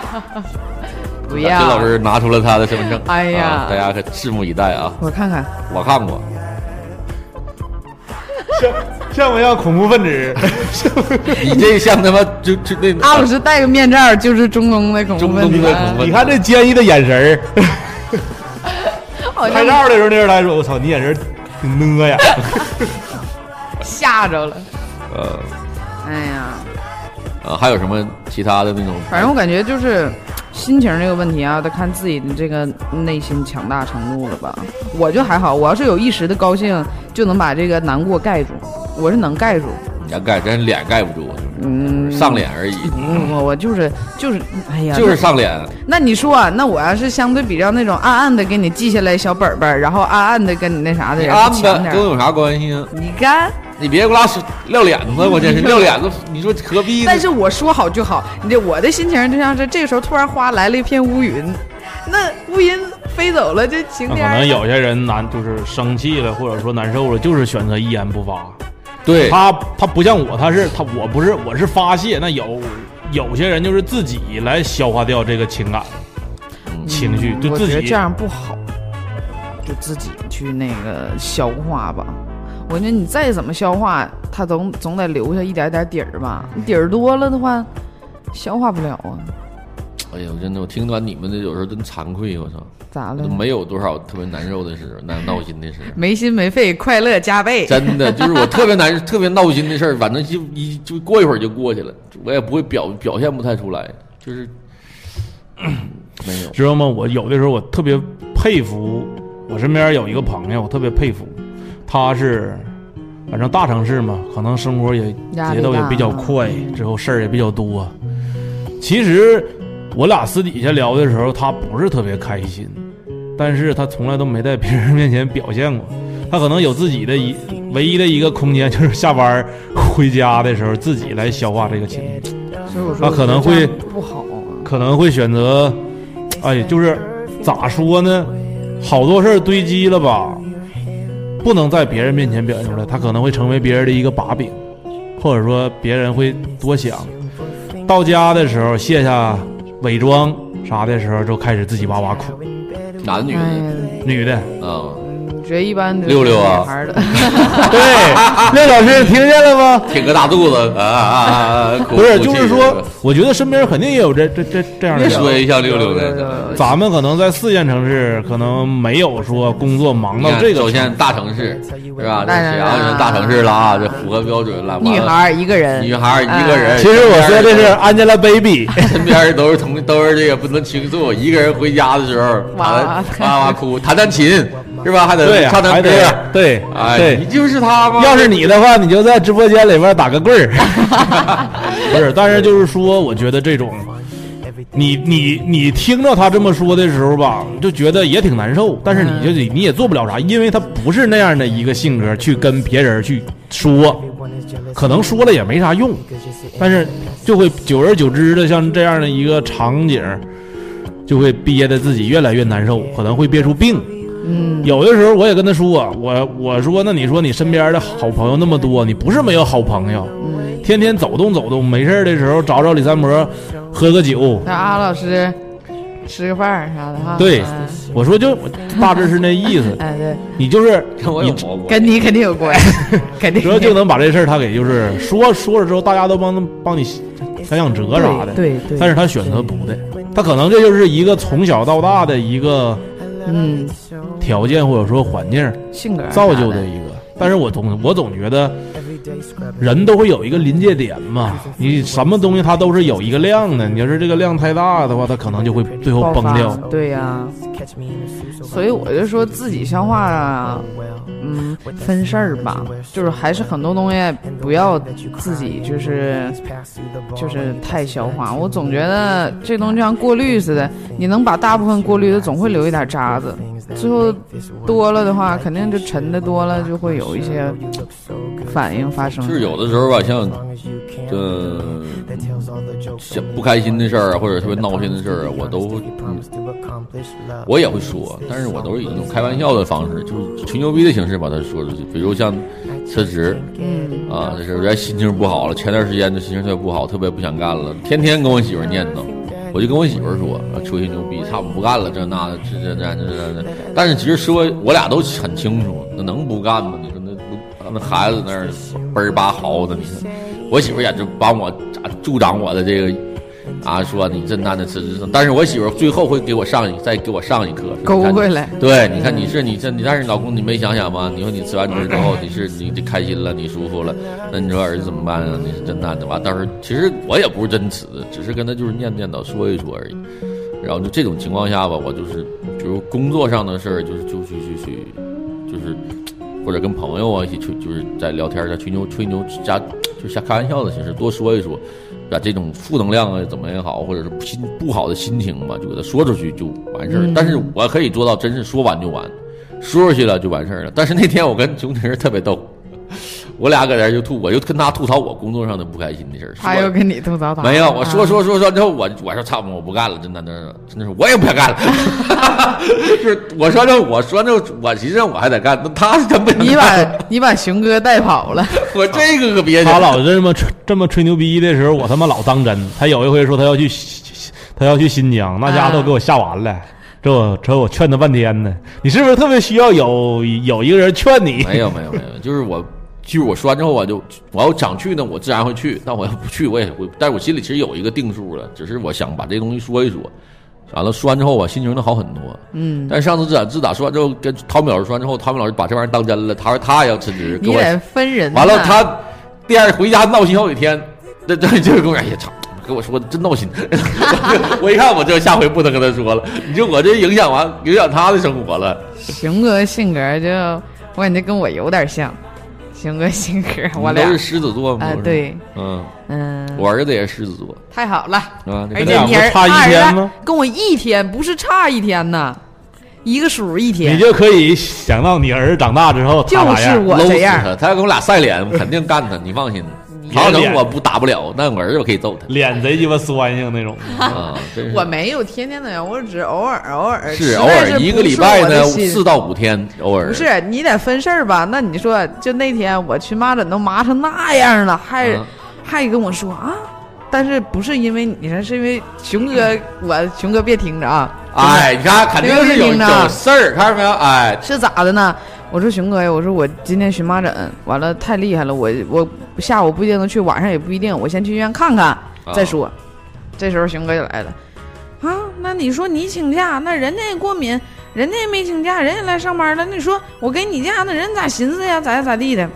不
这老
要。
师拿出了他的身份证，
哎呀
啊大家可拭目以待啊！
我看看，
我看过，
像不像恐怖分 子？
你这像他妈就就那
阿老师啊戴个面罩就是中东的恐怖
中
分
东
子
的恐怖分子
你看这坚毅的眼神儿，
好
拍
像
照的时候那人来说：“我操，你眼神儿挺呢呀
吓着了。
呃
哎呀，
啊，还有什么其他的那种？
反正我感觉就是心情这个问题啊，得看自己的这个内心强大程度了吧。我就还好，我要是有一时的高兴，就能把这个难过盖住。我是能盖住，
脸盖真脸盖不住，就是
嗯，
上脸而已，
嗯，我我就是就是，哎呀，
就是上脸。
那你说、啊，那我要是相对比较那种暗暗的给你记下来小本本儿，然后暗暗的跟你那啥的
你
人
安
强
呗，
点
跟
儿，
我有啥关系啊？
你看，
你别给我拉屎撂脸子，我 真是撂脸子，你说何必呢？
但是我说好就好，你这我的心情就像是这个时候突然哗来了一片乌云，那乌云飞走了，这晴
那可
天儿
能有些人难，就是生气了，或者说难受了，就是选择一言不发。
对
他，他不像我，他是他，我不是，我是发泄。那有有些人就是自己来消化掉这个情感、情绪，就
我
自
觉得
己
这样不好，就自己去那个消化吧。我觉得你再怎么消化，它总总得留下一点点底儿吧。你底儿多了的话，消化不了啊。
哎呀，我真的，我听完你们的有时候真惭愧，我操，
咋了
都？没有多少特别难受的事，难闹心的事，
没心没肺，快乐加倍。
真的就是我特别难、特别闹心的事儿，反正就一就过一会儿就过去了，我也不会表表现不太出来，就是没有。
知道吗？我有的时候我特别佩服，我身边有一个朋友，我特别佩服，他是，反正大城市嘛，可能生活也
压力
节奏也
大
比较
啊
快，之后事儿也比较多。其实我俩私底下聊的时候，他不是特别开心，但是他从来都没在别人面前表现过。他可能有自己的一唯一的一个空间，就是下班儿回家的时候自己来消化这个情绪。
所以我说
那啊可能
我觉得
会
这样不好啊。
可能会选择，哎，就是咋说呢，好多事儿堆积了吧，不能在别人面前表现出来，他可能会成为别人的一个把柄，或者说别人会多想。到家的时候卸下伪装啥的时候，就开始自己哇哇哭。
男女
哎
的
呀，
女的，
啊，
我觉得一般的
六六啊
女孩儿的
对，廖老师听见了吗？
挺个大肚子啊啊啊啊！哭
不是，
哭
就
泣
是说，我觉得身边肯定也有这这这这样的
别
人。啊
说一下六六
有有
的，
咱们可能在四线城市，可能没有说工作忙
你
到
看
这个
首
程
先
度
大城市是吧？这
当然
沈阳
啦
是大城市了啊，这符合标准了。完了
女孩儿一个人，嗯
女孩儿一个人，
其实我说的是 Angelababy，
身边儿都是同都是这个不能倾诉，一个人回家的时候，
哇
哇哇哇哭，弹弹琴是吧？还
对
得
呀，
唱
还
唱歌
得，对啊
哎，你
对。
就是他吗？
要是你的话，你就在直播间里边打个棍儿。不是，但是就是说，我觉得这种，你你你听到他这么说的时候吧，就觉得也挺难受，但是你就你也做不了啥，因为他不是那样的一个性格去跟别人去说，可能说了也没啥用，但是就会久而久之的，像这样的一个场景，就会憋得自己越来越难受，可能会憋出病。嗯，有的时候我也跟他说，啊我我说那你说你身边的好朋友那么多，你不是没有好朋友，
嗯
天天走动走动，没事儿的时候找找李三伯喝个酒。
那阿老师吃个饭儿啥的哈。
对
嗯，，
我说就大致是那意思
哎对，
你就是
跟我有毛病。
跟你肯定 有关系，肯定
主要就能把这事儿他给 就是说说了之后，大家都帮帮你想想辙啥的。
对对对
但是他选择不对，他可能这就是一个从小到大的一个
嗯
条件或者说环境
性格
造就的
的
一个。但是我总我总觉得，人都会有一个临界点嘛，你什么东西它都是有一个量的，你要是这个量太大的话，它可能就会最后
爆
崩
发
掉。
对呀、所以我就说自己消化、嗯，分事儿吧，就是还是很多东西不要自己就是就是太消化。我总觉得这东西就像过滤似的，你能把大部分过滤的，总会留一点渣子。最后多了的话，肯定就沉的多了，就会有一些反应发生。
就是有的时候吧，像，呃，像不开心的事儿啊，或者特别闹心的事儿啊，我都，嗯我也会说，但是我都是以一种开玩笑的方式，就是吹牛逼的形式把它说出去。比如像辞职，
嗯，
啊，这是人家心情不好了，前段时间这心情特别不好，特别不想干了，天天跟我媳妇儿念叨，我就跟我媳妇儿说，啊吹些牛逼，差不不干了，这那的，这这这这这这，但是其实说我俩都很清楚，那能不干吗？你说那那那孩子那儿倍儿巴嚎的，你说我媳妇儿也就帮我啊助长我的这个。啊，说你这那的这这，但是我媳妇儿最后会给我上一再给我上一课，
勾
你看你
回来
对，你看你是你这你，但是老公你没想想吗？你说你辞完职之后，你是你这开心了，你舒服了，那你说儿子怎么办啊？你是真难的吧？但是其实我也不是真辞，只是跟他就是念念叨说一说而已。然后就这种情况下吧，我就是比如工作上的事儿，就是就去去去，就是或者跟朋友啊一起吹，就是在聊天儿，在吹牛吹牛加就瞎开玩笑的形式多说一说，把这种负能量啊怎么也好，或者是心不好的心情吧，就给它说出去就完事儿。但是
嗯
我可以做到，真是说完就完，说出去了就完事儿了。但是那天我跟熊婷儿特别逗，我俩搁这儿就吐，我就跟他吐槽我工作上的不开心的事儿。
他
说
又跟你吐槽他，
没有，我说
啊
说说说之后，我我说操，我不干了，真的，真的，真的是我也不想干了。 是我说这，我说这，我寻思我还得干，那他是真不想
你把
干。
你把熊哥带跑了，
我这个可别
他
讲
老这么吹这么吹牛逼的时候，我他妈老当真。他有一回说他要去西，他要去新疆，那家伙都给我吓完了。这我这我劝他半天呢，你是不是特别需要有有一个人劝你？
没有没有没有，就是我，就是我说完之后，我就我要想去呢，我自然会去；但我要不去，我也会。但是我心里其实有一个定数了，只是我想把这东西说一说。完了，说完之后，我心情能好很多。
嗯，
但是上次自打自打说完之后，跟汤米老师说完之后，汤米老师把这玩意儿当真了，他说他也要辞职，给
你
我
得分人呐。
完了，他第二回家闹心好几天， 这这这跟我哎呀操，跟我说的真闹心。 我一看，我这下回不能跟他说了，你说我这影响完影响他的生活了。
熊哥性格就我感觉跟我有点像，熊哥性格我俩
你都是狮子座吗？
啊
不是
对，
嗯，
嗯，
我儿子也是狮子座
太好了，
啊。
而
你
且
看
俩
你
不
儿
差一
他儿子
天吗
跟我一天，不是差一天呐，一个数一
你
天，
就可以想到你儿子长大之后他
就
咋
是
样。
我
搂
这
死
样，
他，他要跟我俩晒脸，我肯定干他，你放心。曹整我不打不了，但我儿子我可以揍
脸贼鸡巴酸性那种，
他啊！真是
我没有天天的，我只偶尔偶尔
是
实
偶
在
尔一
不
个
是
礼拜
我的
呢
心
四到五天，偶尔
不是你得分事儿吧？那你说，就那天我去麻疹都麻成那样了，还、
嗯
还跟我说啊？但是不是因为你这是因为熊哥，我熊哥别听着啊！
哎，你看肯定是有
刘玉玲呢
有事儿，看到没有？哎，
是咋的呢？我说熊哥呀，我说我今天荨麻疹，完了太厉害了，我我下午不一定能去，晚上也不一定，我先去医院看看再说。这时候熊哥就来了，啊，那你说你请假，那人家也过敏，人家也没请假，人家来上班了，那你说我给你假，那人咋寻思呀？咋咋地的？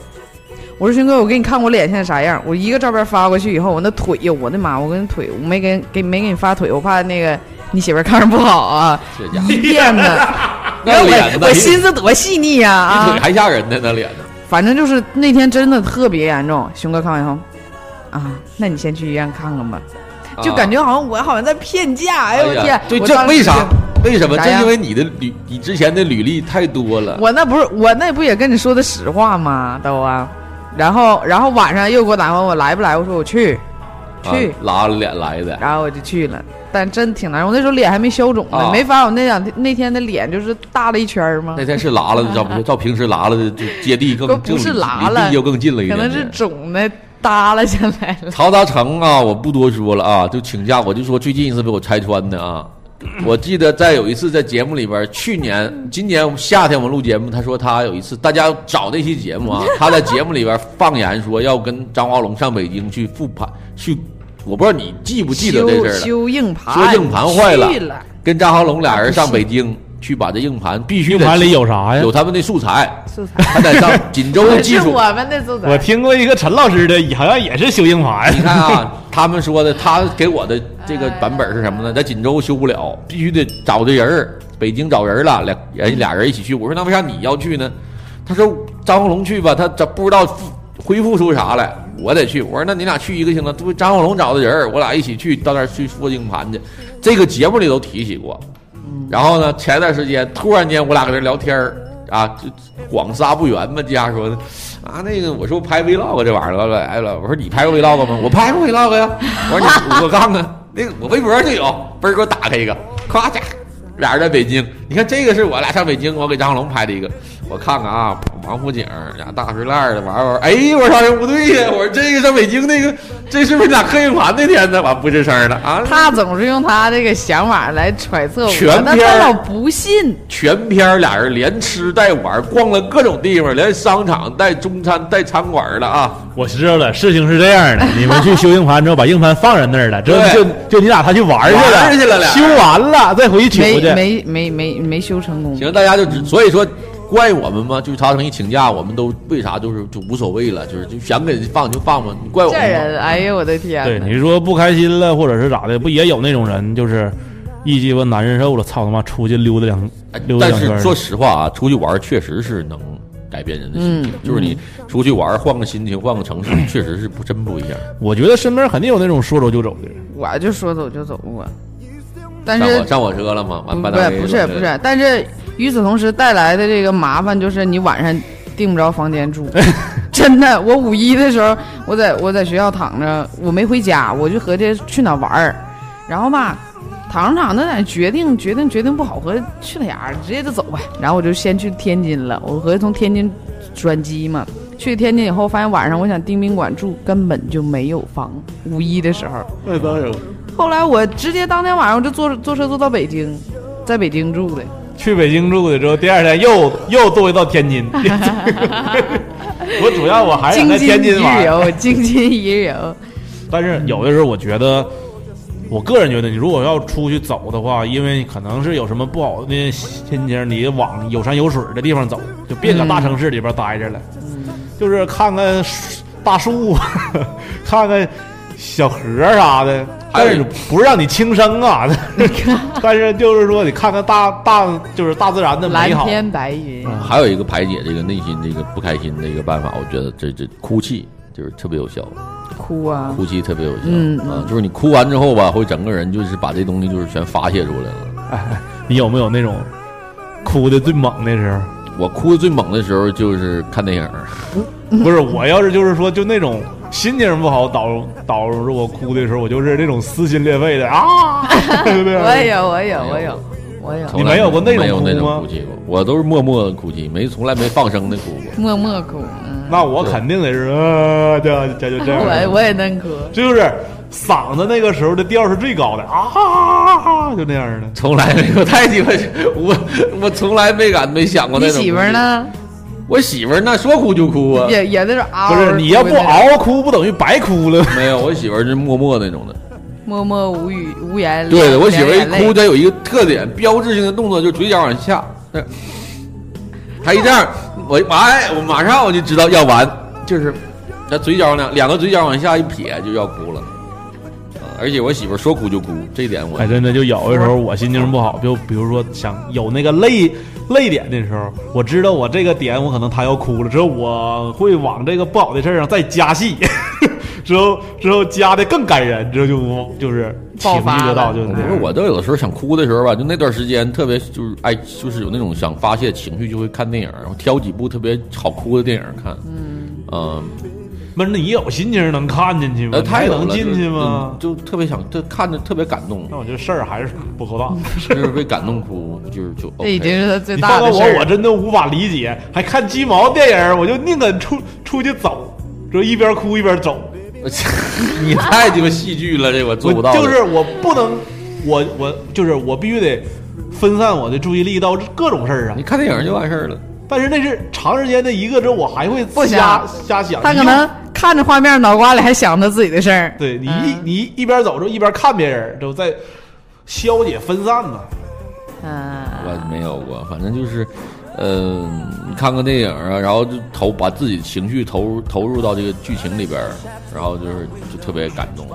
我说熊哥，我给你看我脸现在啥样，我一个照片发过去以后，我那腿呀，我的妈，我跟腿，我没给给没给你发腿，我怕那个你媳妇儿看着不好啊，
这 家伙
一遍呢。
那脸
哎我
呢？
我心思多细腻呀啊
比腿还吓人呢，那脸呢？
反正就是那天真的特别严重，熊哥看完以后，啊，那你先去医院看看吧，
啊
就感觉好像我好像在骗假，哎呦我天
呀，！对，
我
这
当时
为啥
就？
为什么？
啥
这
呀
因为你的履，你之前的履历太多了。
我那不是我那不也跟你说的实话吗？都啊，然后然后晚上又给我打电话，我来不来？我说我去，去，
啊、拉了脸来的，
然后我就去了。但真挺难受，我那时候脸还没消肿呢，
啊
没法，我那两天那天的脸就是大了一圈儿嘛
那，天是拉了的， 照不照平时拉了的就接地更
都
更
不是
离
拉
离
了
地又更近了一
可
点点。啊
能是肿的耷拉下来 了。
曹达成啊，我不多说了啊，就请假，我就说最近一次被我拆穿的啊。我记得在有一次在节目里边，去 年、今年夏天我们录节目，他说他有一次，大家找那期节目 啊，他在节目里边放言说要跟张华龙上北京去复盘，去，我不知道你记不记得这事儿了。
修修硬盘，
说硬盘坏
去了
了，跟张豪龙俩人上北京去把这硬盘必须
硬
得
盘里有啥呀
有？他们的素材，
素材。
他得上锦州技
是
术。
我们的素
我
材。
听过一个陈老师的，好像也是修硬盘
你。看啊，他们说的，他给我的这个版本是什么呢？在锦州修不了，必须得找这人儿，北京找人了，俩人俩人一起去。我说那为啥你要去呢？他说张华龙去吧，他这不知道复恢复出啥来，我得去。我说那你俩去一个行了，这不张华龙找的人儿，我俩一起去到那儿去说硬盘去。这个节目里都提起过。然后呢，前段时间突然间我俩搁这聊天儿啊，就广撒不圆嘛，家说的啊，那个我说拍 vlog 这玩意儿了，来了，我说你拍过 vlog 吗？我拍过 vlog 呀，我说你我看看那个我微博上就有，嘣儿给我打开一个，夸家。俩人在北京，你看这个是我俩上北京，我给张龙拍的一个，我看看啊，王府井俩大石烂的玩意儿，哎，我说这不对呀，我说这个上北京那个，这是不是你俩客硬盘那天呢？完不吱声了啊，
他总是用他这个想法来揣测我，
全
但
片
他
儿
老不信。
全片儿俩人连吃带玩，逛了各种地方，连商场、带中餐、带餐馆了啊！
我知道了，事情是这 样的，你们去修硬盘之后，把硬盘放人那儿了，之后
对
就就你俩他去玩儿去了，
玩儿去了俩
修完了再回去取
没
去。
没没没没修成功，
行，大家就只所以说怪我们吗？就是曹成一请假，我们都为啥就是就无所谓了，就是就想给放就放吧，你怪我
这
们吗？
人，哎呦我的天！
对，你说不开心了或者是咋的，不也有那种人就是一鸡巴难受了，操他妈出去溜达两
哎
溜达
但
两圈
是
儿。
说实话啊，出去玩儿确实是能改变人的心情，
嗯
就是你出去玩儿换个心情，换个城市，确实是不真不一样。
我觉得身边肯定有那种说走就走的人，
我就说走就走过，但
上
是
我上我车了吗？完
不
半大
嗯不
黑
不
我
是
觉得
不是，但是与此同时带来的这个麻烦就是你晚上订不着房间住，真的，我五一的时候，我在我在学校躺着，我没回家，我就合计去哪玩儿，然后吧，躺着躺着在那决定决定决定不好，合计去哪儿直接就走吧。然后我就先去天津了，我合计从天津转机嘛，去天津以后发现晚上我想订宾馆住，根本就没有房。五一的时候，
那哎当然，
后来我直接当天晚上我就坐坐车坐到北京，在北京住的。
去北京住的之后，第二天又又坐回到 天津。 我主要我还是想在天津
一日
玩，
游，京津 一日游。
但是有的时候我觉得，我个人觉得，你如果要出去走的话，因为可能是有什么不好的心情，你往有山有水的地方走，就别搁大城市里边待着了。
嗯
就是看看树大树，看看小河啥的，但是不是让你轻生 啊？但是就是说，你看看大大就是大自然的
蓝
美好。啊
天白云，
还有一个排解这个内心这个不开心的一个办法，我觉得这这哭泣就是特别有效，
哭啊！
哭泣特别有效。
嗯
啊，就是你哭完之后吧，会整个人就是把这东西就是全发泄出来了。
你有没有那种哭的最猛的时候？
我哭的最猛的时候就是看电影儿，
不是，我要是就是说，就那种心情不好导导致我哭的时候，我就是那种撕心裂肺的 啊，对不
我
对？啊
也有，我也有，我有，我有，
从
你
来
没有过那种
没有那
哭
种
吗
哭泣过，我都是默默的哭泣，没从来没放声的哭过。
默默哭。嗯，
那我肯定得是啊，这这就这样。
我我也能哭。
就是嗓子那个时候的调是最高的啊，就那样的。
从来没有，太鸡巴，我我从来没敢没想过那
你
种。
媳妇儿？呢？
我媳妇儿那说哭就哭啊，
也也在这嗷嗷
不
哭的那
是
种。
你要不嗷嗷哭，不等于白哭了吗？
没有，我媳妇儿是默默那种的。
默默无语无言。
对的，
两
我媳妇儿一
两眼泪
哭，她有一个特点，标志性的动作就是嘴角往下，那她一这样，我哎，我马上我就知道要完，就是她嘴角两两个嘴角往下一撇就要哭了。啊而且我媳妇儿说哭就哭，这一点我
哎，真的，就有的时候我心情不好，就比如说想有那个泪泪点的时候，我知道我这个点我可能他要哭了，之后我会往这个不好的事儿上再加戏， 之后之后加的更感人，之后就就是情
爆发
绪得到
了
就
因为我都有的时候想哭的时候吧，就那段时间特别就是哎，就是有那种想发泄情绪，就会看电影，然后挑几部特别好哭的电影看。嗯，
不是你有心情能看进去吗？
呃，
你
太
还
有
能
了嗯
进去吗？
就就特别想，特看着特别感动
那，我这事儿还是不够大。
就是被感动哭，就是就 OK。
这已经是他最
你
大
放到
的事
我，我
儿。
真的无法理解，还看鸡毛电影，我就宁肯出出去走，就一边哭一边走。
我操 你太鸡巴戏剧了，这我做不到。
就是我不能，我我就是我必须得分散我的注意力到各种事儿啊
你。看电影就完事儿了，
但是那是长时间的一个之后，我还会
不
瞎瞎
想
想。
他可
你
能看着画面，脑瓜里还想着自己的事儿。
对你一
嗯
你一边走着一边看别人，就在消解分散嘛。
嗯，
我没有过，反正就是，呃，你看看电影啊，然后就投把自己的情绪投入投入到这个剧情里边儿，然后就是就特别感动，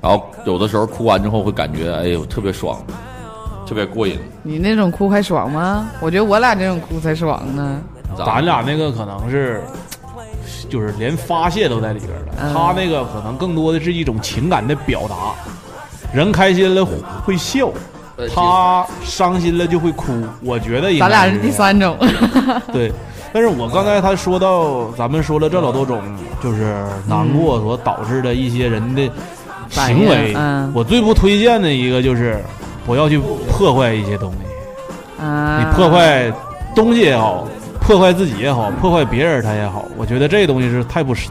然后有的时候哭完之后会感觉哎呦特别爽，特别过瘾。
你那种哭还爽吗？我觉得我俩这种哭才爽呢。
咱俩那个可能是，就是连发泄都在里边了。
嗯
他那个可能更多的是一种情感的表达，人开心了会笑，
呃
他伤心了就会哭。我觉得应该
咱俩
是
是第
这样
三种。
对，但是我刚才他说到，咱们说了这老多种，就是难过所导致的一些人的行
嗯反
为
应。嗯
我最不推荐的一个就是不要去破坏一些东西，
啊，
你破坏东西也好，破坏自己也好，破坏别人他也好，我觉得这东西是太不实。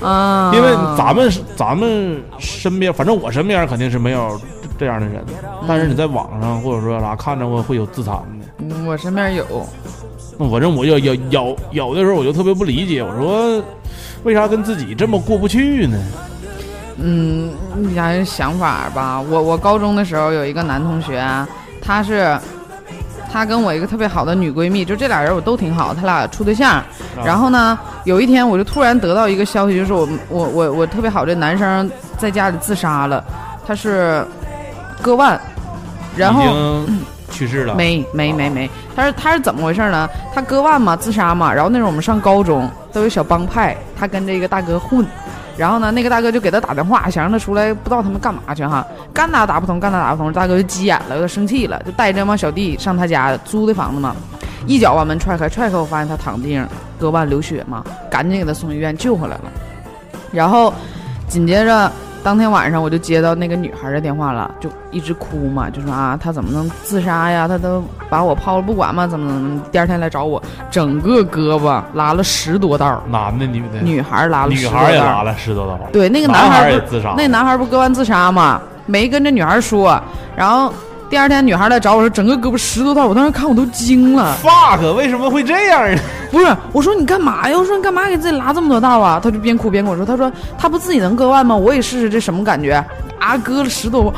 啊，
因为咱们是咱们身边，反正我身边肯定是没有这样的人，但是你在网上或者说啥看着过会有自残的。
嗯我身边有，
那反正我有有有有的时候我就特别不理解，我说为啥跟自己这么过不去呢？
嗯，你想想法吧。我我高中的时候有一个男同学啊，他是他跟我一个特别好的女闺蜜，就这俩人我都挺好，他俩处对
啊
象。然后呢，有一天我就突然得到一个消息，就是我我我我特别好这男生在家里自杀了，他是割腕，然后
已经去世了，
没没没没，他是他是怎么回事呢？他割腕嘛，自杀嘛。然后那时候我们上高中都有小帮派，他跟着一个大哥混。然后呢，那个大哥就给他打电话，想让他出来，不知道他们干嘛去哈，干打打不通，干打打不通，大哥就急眼了，有点生气了，就带着这帮小弟上他家租的房子嘛，一脚把门踹开，踹开我发现他躺地上，割腕流血嘛，赶紧给他送医院救回来了。然后紧接着当天晚上我就接到那个女孩的电话了，就一直哭嘛，就说啊，她怎么能自杀呀？她都把我抛了不管嘛，怎么怎么？第二天来找我，整个胳膊拉了十多道，
男的女的，
女孩拉了十
哎女
多
孩也
道，
拉了十多刀，
对，那个
男
男
孩
孩
儿
不
也
是
自杀，
那男孩不割腕自杀嘛，没跟这女孩说。然后第二天女孩来找我说，整个胳膊十多道，我当时看我都惊了。
fuck，为什么会这样呢？
不是，我说你干嘛呀？我说你干嘛给自己拉这么多道啊？他就边哭边跟我说，他说他不自己能割腕吗？我也试试这什么感觉啊，割了十多。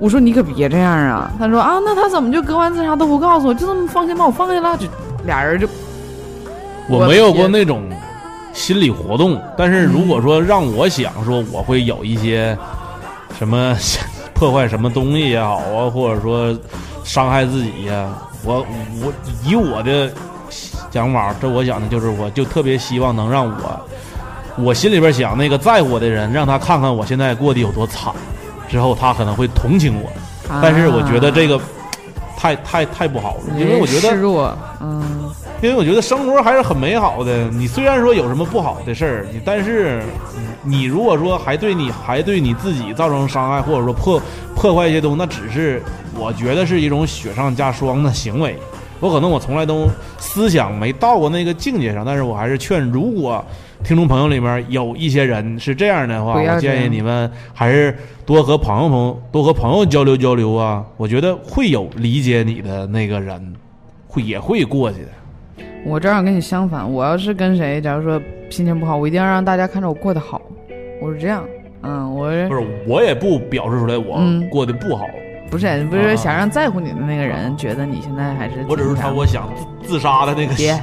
我说你可别这样啊！他说啊，那他怎么就割腕自杀都不告诉我？就这么放心把我放下了？就俩人就
我没有过那种心理活动，但是如果说让我想说，我会有一些什么 破坏什么东西也好啊，或者说伤害自己呀、我我以我的想法，这我想的就是，我就特别希望能让我我心里边想那个在乎我的人，让他看看我现在过得有多惨，之后他可能会同情我。
啊
但是我觉得这个太太太不好了，因为我觉得
示弱，嗯，
因为我觉得生活还是很美好的。你虽然说有什么不好的事儿，你但是嗯你如果说还对你还对你自己造成伤害，或者说破破坏一些东西，那只是我觉得是一种雪上加霜的行为。我可能我从来都思想没到过那个境界上，但是我还是劝，如果听众朋友里面有一些人是这样的话，
不要
我
这样
建议你们还是多和朋友朋友多和朋友交流交流啊。我觉得会有理解你的那个人，会也会过去的。
我正好跟你相反，我要是跟谁，假如说心情不好，我一定要让大家看着我过得好，我是这样，嗯，我是
不是，我也不表示出来我
嗯
过得不好，
不是不
啊
是想让在乎你的那个人觉得你现在还是
我只是
挺
他
强
我想自自杀的那个
别，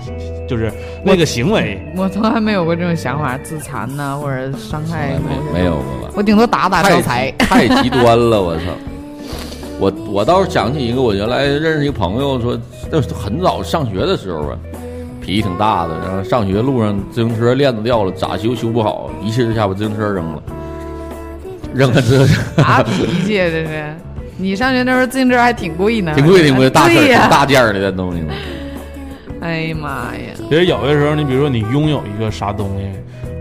就是那个行为。
我从来没有过这种想法，自残呐、或者伤害某些
没没有过吧？
我顶多打打招财。
太极端了，我操！我我倒是想起一个，我原来认识一个朋友说，那是很早上学的时候啊，脾气挺大的，然后上学路上自行车链子掉了，咋修修不好，一气之下把自行车扔了，扔了之后
啥脾气啊这是？你上学那时候自行车还挺贵呢，
挺贵挺贵，大事儿
对
挺
呀、
大件儿的那东西。
哎呀妈呀，
其实有的时候，你比如说你拥有一个啥东西，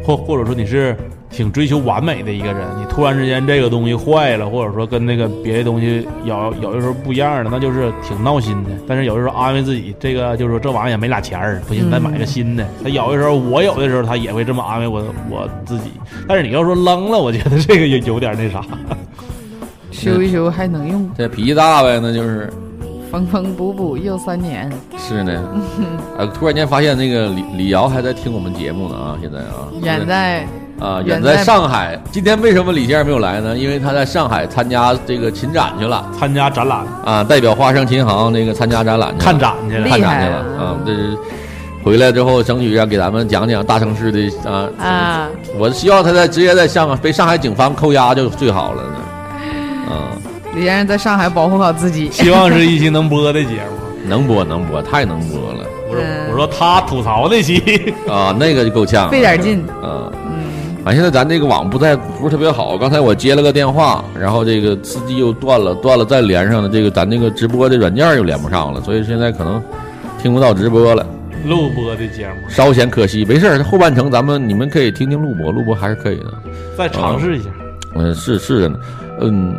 或或者说你是挺追求完美的一个人，你突然之间这个东西坏了，或者说跟那个别的东西有有的时候不一样了，那就是挺闹心的。但是有的时候安慰自己，这个就是说这玩意儿也没俩钱儿，不行
嗯
再买个新的。他有的时候我有的时候他也会这么安慰我我自己，但是你要说扔了，我觉得这个也有点那啥。
修一修还能用，
这脾气大呗，那就是
缝缝补补又三年。
是 呢。啊，突然间发现那个李李瑶还在听我们节目呢啊，现在啊，
远在
啊，远
远
在
在
上海。今天为什么李先生没有来呢？因为他在上海参加这个琴展去了
参加展览
啊，代表华商琴行那个参加展览去了
看展去了
厉，
看展
害
去了
啊
啊。这是回来之后，争取要给咱们讲讲大城市的啊。
啊，
我希望他在直接在上海被上海警方扣押就最好了呢。啊，
李先生在上海保护好自己。
希望是一期能播的节 目。
能播能播，太能播了
我说
嗯
我说他吐槽那 期。
啊，那个就够呛了，
费点劲嗯
啊。啊，现在咱这个网不太不是特别好。刚才我接了个电话，然后这个司机又断了，断了再连上了，这个咱这个直播的软件又连不上了，所以现在可能听不到直播了，
录播的节目，
稍显可惜。没事儿，后半程咱们你们可以听听录播，录播还是可以的。
再尝试一下。
嗯，是是的，嗯，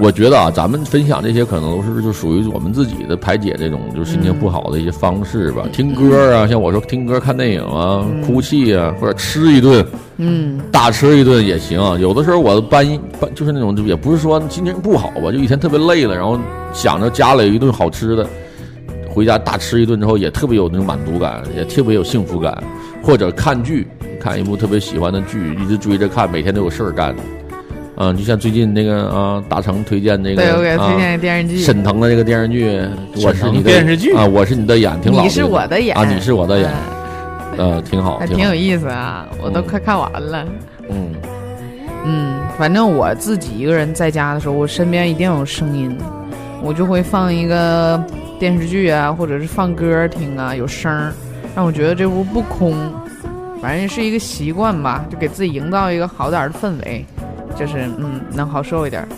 我觉得啊，咱们分享这些可能都是就属于我们自己的排解这种就是心情不好的一些方式吧，听歌啊，像我说听歌、看电影啊、哭泣啊，或者吃一顿，
嗯，
大吃一顿也行。有的时候我半夜半就是那种，就也不是说心情不好吧，就一天特别累了，然后想着家里有一顿好吃的，回家大吃一顿之后也特别有那种满足感，也特别有幸福感。或者看剧，看一部特别喜欢的剧，一直追着看，每天都有事儿干。嗯，就像最近那个啊，大成推荐那个，
对我给他推荐
啊
的电视剧。
沈腾的那个电视剧，我是你的
电视剧
啊，我是你的眼，挺老的
你是我的眼
啊，你是我的眼，
嗯
呃，挺好，
还
挺
挺
好
有，意思啊！我都
嗯
快看完了。
嗯，
嗯，反正我自己一个人在家的时候，我身边一定有声音，我就会放一个电视剧啊，或者是放歌儿听啊，有声儿，让我觉得这屋不空。反正是一个习惯吧，就给自己营造一个好点儿的氛围，就是嗯，能好受一点儿。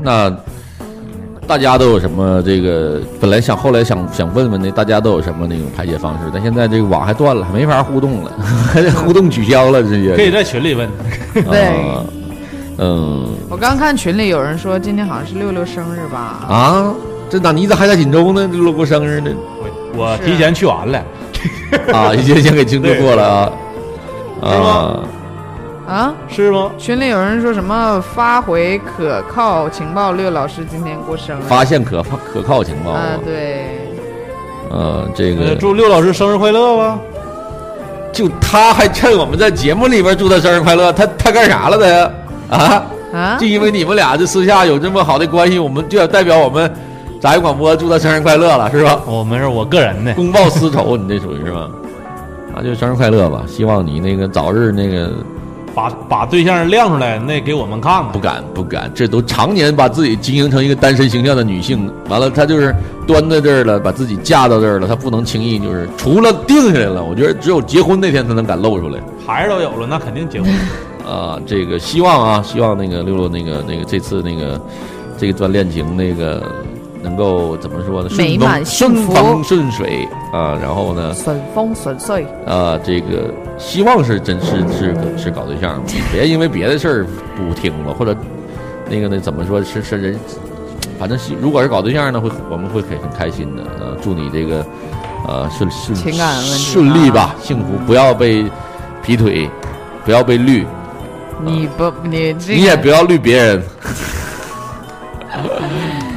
那大家都有什么这个？本来想后来想想问问呢，大家都有什么那种排解方式？但现在这个网还断了，没法互动了， 互动取消了，这些
可以在群里问。
对
啊嗯
我刚看群里有人说今天好像是六六生日吧？
啊，这咋你咋还在锦州呢？这路过生日 呢？
啊我提前去完了，
啊，已经先给庆祝过了啊
是
啊
吗！
啊，
是吗？
群里有人说什么发回可靠情报，六老师今天过生日。
发现可可靠情报
啊，对，
嗯，这
呃
个
祝六老师生日快乐吧。
就他还趁我们在节目里边祝他生日快乐，他他干啥了他啊？
啊
就，因为你们俩这私下有这么好的关系，我们就要代表我们杂音广播祝他生日快乐了，是 吧？
我们是哦我个人的，
公报私仇，你这属于是吧？啊，就生日快乐吧！希望你那个早日那个
把把对象亮出来，那给我们看
不
看。
敢不敢，这都常年把自己经营成一个单身形象的女性，完了她就是端在这儿了，把自己架到这儿了，她不能轻易就是除了定下来了，我觉得只有结婚那天她能敢露出来。
孩子都有了，那肯定结婚。
啊，这个希望啊，希望那个六六那个那个这次那个这个段恋情那个能够怎么说呢？顺
美
风
满
顺
幸福
风顺水啊，然后呢，
损呃风损岁，
啊，这个希望是真 是是是搞对象，别因为别的事儿不听了，或者那个呢怎么说是是人，反正是如果是搞对象呢，会我们会很很开心的啊，祝你这个呃顺顺
情感问题啊
顺利吧，幸福，不要被劈腿，不要被绿。
你
啊
不，你这个、
你也不要绿别人。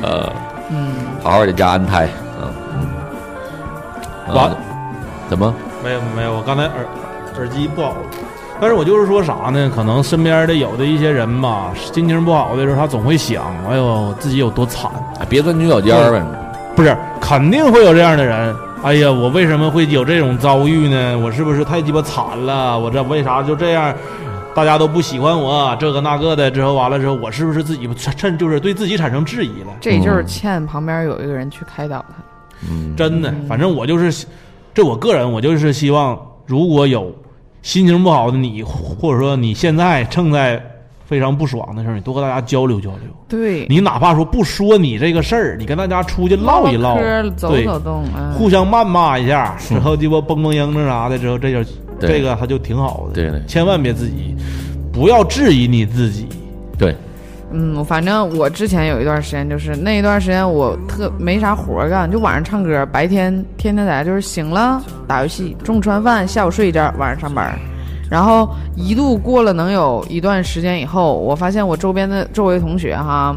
呃，嗯，好好在家安胎啊。嗯
完
啊怎么？
没有没有，我刚才耳耳机不好了。但是我就是说啥呢？可能身边的有的一些人吧，心情不好的时候，他总会想：哎呦，自己有多惨。
啊别钻牛角尖儿呗。
不是，肯定会有这样的人。哎呀，我为什么会有这种遭遇呢？我是不是太鸡巴惨了？我这为啥就这样？大家都不喜欢我，这个那个的。之后完了之后，我是不是自己趁趁就是对自己产生质疑了？
这就是
嗯
欠旁边有一个人去开导他。
嗯，
真的，反正我就是，这我个人我就是希望，如果有心情不好的你，或者说你现在正在非常不爽的时候，你多跟大家交流交流。
对，
你哪怕说不说你这个事儿，你跟大家出去唠一唠
唠嗑，走
对，
走动啊，
互相谩骂一下，之后鸡巴蹦蹦英子啥的，之后这就
对
这个他就挺好的。
对对
千万别自己，不要质疑你自己。
对，
嗯，反正我之前有一段时间，就是那一段时间我特没啥活儿干，就晚上唱歌，白天天天在家就是醒了打游戏，中午吃完饭，下午睡一觉，晚上上班儿。然后一度过了能有一段时间以后，我发现我周边的周围同学哈，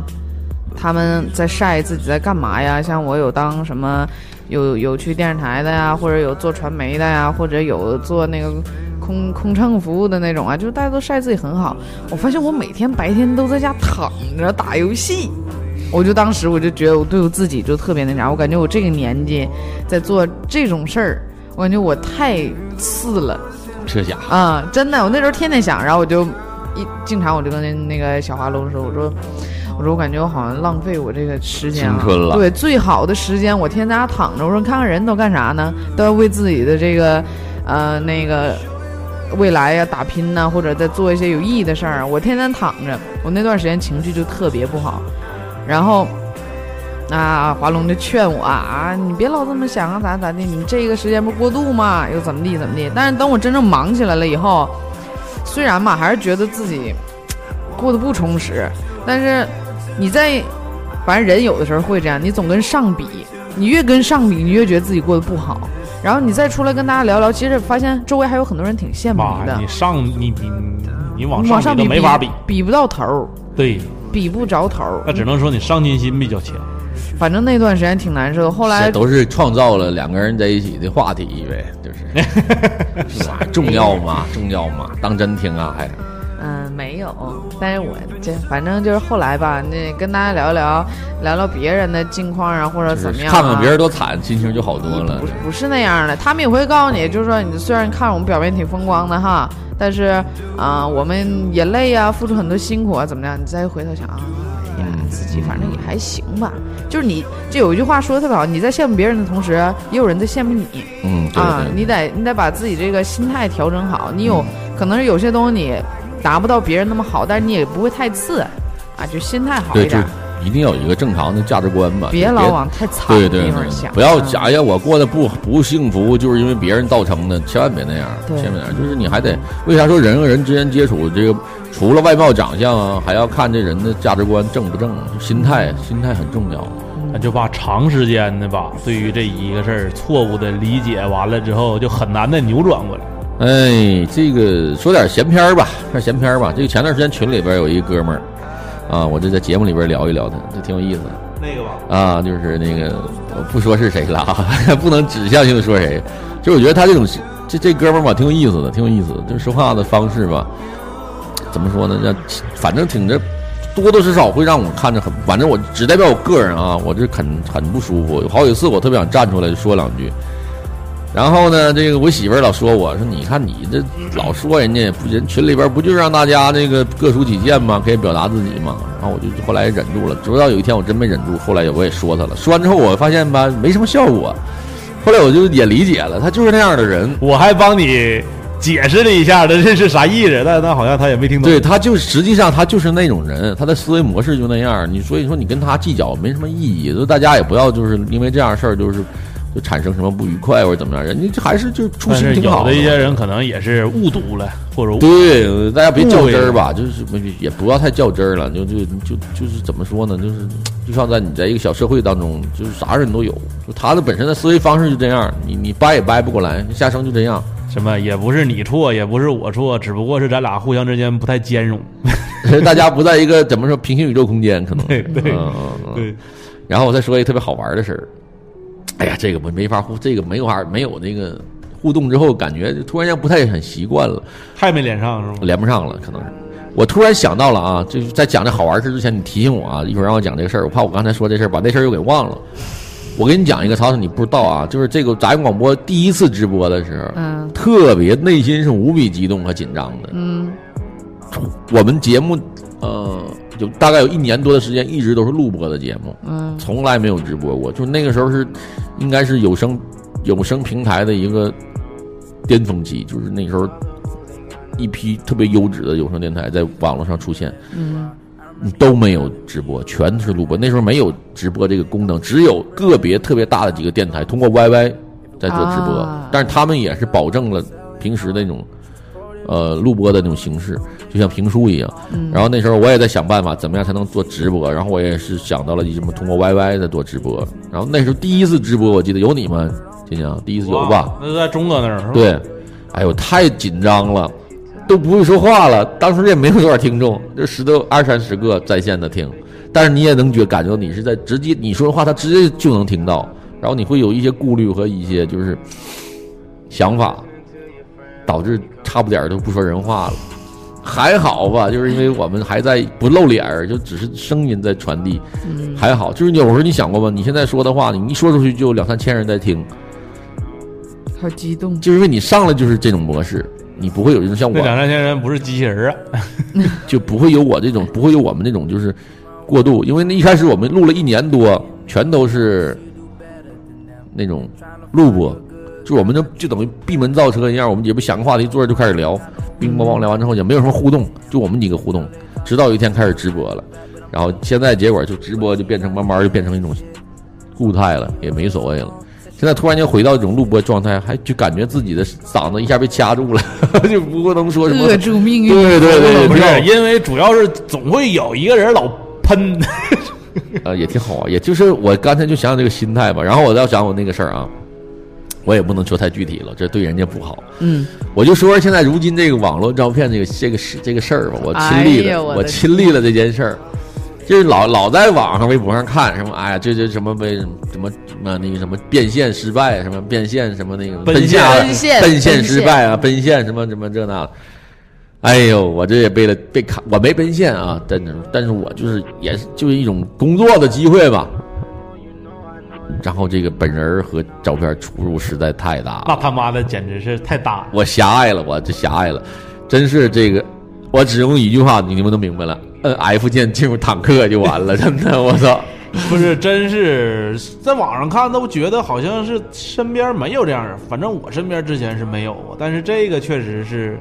他们在晒自己在干嘛呀？像我有当什么，有有去电视台的呀，或者有做传媒的呀，或者有做那个空空乘服务的那种啊，就是大家都晒自己很好。我发现我每天白天都在家躺着打游戏，我就当时我就觉得我对我自己就特别那啥，我感觉我这个年纪在做这种事儿，我感觉我太次了。
这家伙
啊、真的，我那时候天天想，然后我就一经常我就跟那那个小花龙说，我说我说我感觉我好像浪费我这个时间、啊、
青春了
对，最好的时间我天天在家躺着，我说看看人都干啥呢？都要为自己的这个呃那个未来呀、打拼呐、或者在做一些有意义的事儿。啊我天天躺着，我那段时间情绪就特别不好，然后。啊，华龙就劝我啊啊，你别老这么想啊，咋咋地，你这个时间不过渡嘛，又怎么地怎么地。但是等我真正忙起来了以后，虽然吧，还是觉得自己嘖过得不充实，但是你在，反正人有的时候会这样，你总跟上比，你越跟上比，你越觉得自己过得不好。然后你再出来跟大家聊聊，其实发现周围还有很多人挺羡慕
妈
你
呀，
的
你，上你你你往
往
上
上
比
比
都没法比
比，比不到头儿，
对，
比不着头儿
那。只能说你上进心比较强。
反正那段时间挺难受的，后来
这都是创造了两个人在一起的话题呗，就是， 是吧？重要吗？重要吗？当真听啊？还
嗯，没有，但是我这反正就是后来吧，那跟大家聊一聊，聊聊别人的近况啊，或者
就
怎么
是
样、啊，
看看别人多惨，心情就好多了
不。是不是那样的，他们也会告诉你，就是说，你虽然看我们表面挺风光的哈，但是啊、我们也累呀、付出很多辛苦啊，怎么样？你再回头想啊，哎呀，
嗯
自己反正也还行吧。就是你这有一句话说的特别好，你在羡慕别人的同时，也有人在羡慕你。
嗯，对
啊，
对
你得你得把自己这个心态调整好。你有、
嗯
可能是有些东西你达不到别人那么好，但是你也不会太次，啊，就心态好
对，
一
就
点。
一定要有一个正常的价值观吧，
别
就
老往太惨
对
的
对
地
对
方想，，
不要
嗯
想哎呀，我过得不不幸福，就是因为别人造成的，千万别那样，
对
千万别那样。就是你还得为啥说人和人之间接触，这个除了外貌长相啊，还要看这人的价值观正不正，啊心态心态很重要。
那就把长时间的吧，对于这一个事儿错误的理解完了之后，就很难的扭转过来。
哎，这个说点闲篇儿吧，看闲篇儿吧。这个前段时间群里边有一哥们儿，啊，我就在节目里边聊一聊他，这挺有意思的。
那个吧，
啊，就是那个我不说是谁了啊， 不能指向性的说谁，就是我觉得他这种这这哥们儿吧，挺有意思的，挺有意思的，就是说话的方式吧，怎么说呢？让反正挺着多多少少会让我看着很，反正我只代表我个人啊，我这很很不舒服，有好几次我特别想站出来说两句。然后呢，这个我媳妇儿老说我说，你看你这老说人家不人群里边不就是让大家这个各抒己见吗？可以表达自己吗？然后我就后来忍住了，直到有一天我真没忍住，后来我也说他了，说完之后我发现吧没什么效果，后来我就也理解了，他就是那样的人，
我还帮你解释了一下，这这是啥意思？但但好像他也没听懂。
对，他就实际上他就是那种人，他的思维模式就那样儿。你所以说你跟他计较没什么意义，就大家也不要就是因为这样的事儿就是就产生什么不愉快或者怎么样，人家这还是就初
但
心
是
挺
有
好
的一些人可能也是误读了，或者误
对，大家别较真儿吧，就是也不要太较真儿了，就就就就是怎么说呢，就是就像在你在一个小社会当中，就是啥人都有，就他的本身的思维方式就这样儿，你你掰也掰不过来，下生就这样。
什么，也不是你错，也不是我错，只不过是咱俩互相之间不太兼容。
大家不在一个怎么说平行宇宙空间，可能
对对
嗯嗯嗯。
对，
然后我再说一个特别好玩的事儿，哎呀，这个我没法互，这个没法没有那个互动之后，感觉就突然间不太很习惯了，
太没连上是吗？
连不上了，可能是。我突然想到了啊，就是在讲这好玩事儿之前，你提醒我啊，一会儿让我讲这个事儿，我怕我刚才说这事儿把那事儿又给忘了。我跟你讲一个，曹操你不知道啊，就是这个杂音广播第一次直播的时候，
嗯
特别内心是无比激动和紧张的。
嗯，
我们节目呃，有大概有一年多的时间，一直都是录播的节目，
嗯，
从来没有直播过。就是那个时候是，应该是有声有声平台的一个巅峰期，就是那时候一批特别优质的有声电台在网络上出现，嗯，都没有直播，全是录播。那时候没有直播这个功能，只有个别特别大的几个电台通过 YY 在做直播，
啊
但是他们也是保证了平时那种。呃，录播的那种形式，就像评书一样。然后那时候我也在想办法，怎么样才能做直播。然后我也是想到了什么通过 YY 在做直播。然后那时候第一次直播，我记得有你们，金江第一次有吧？
哇？那在钟哥那儿是吧？
对，哎呦，太紧张了，都不会说话了。当时也没有多少听众，就十多二三十个在线的听，但是你也能觉感觉到你是在直接你说的话，他直接就能听到，然后你会有一些顾虑和一些就是想法，导致差不点儿都不说人话了。还好吧，就是因为我们还在不露脸儿，就只是声音在传递，还好。就是有时候你想过吗？你现在说的话，你一说出去就有两三千人在听，
好激 动，
就是因为你上来就是这种模式，你不会有一种像
那两
我
三千人不是机器人啊，
就不会有我这种，不会有我们这种就是过度，因为那一开始我们录了一年多，全都是那种录播，就是我们就就等于闭门造车一样，我们也不想个话题，坐着就开始聊，乒乓乓聊完之后也没有什么互动，就我们几个互动，直到有一天开始直播了，然后现在结果就直播就变成慢慢就变成一种固态了，也没所谓了。现在突然间回到一种录播状态，还就感觉自己的嗓子一下被掐住 了， 就不能说什么。
扼住命运，
对对对，
不
知道
是，因为主要是总会有一个人老喷，
呃，也挺好啊，也就是我刚才就想想这个心态吧，然后我再想我那个事儿啊，我也不能说太具体了，这对人家不好。
嗯，
我就说说现在如今这个网络诈骗这个这个事这个事儿吧，我亲历
哎
了，
呀我的
我亲历了这件事儿，就是老老在网上微博上看什么，哎呀，这这什么被什么什么那个什么变现失败，什么变现什么那个
奔
现
现
奔
奔现
奔现
奔
失
现
败啊，奔现什么什么这那的。哎呦，我这也被了被卡，我没奔现啊，真的，但是我就是也是就是一种工作的机会吧。然后这个本人儿和照片出入实在太大了，
那他妈的简直是太大了。
我狭隘了，我这狭隘了，真是这个，我只用一句话，你们都明白了，摁 F 键进入坦克就完了，真的，我操！
不是，真是在网上看都觉得好像是身边没有这样人，反正我身边之前是没有过，但是这个确实是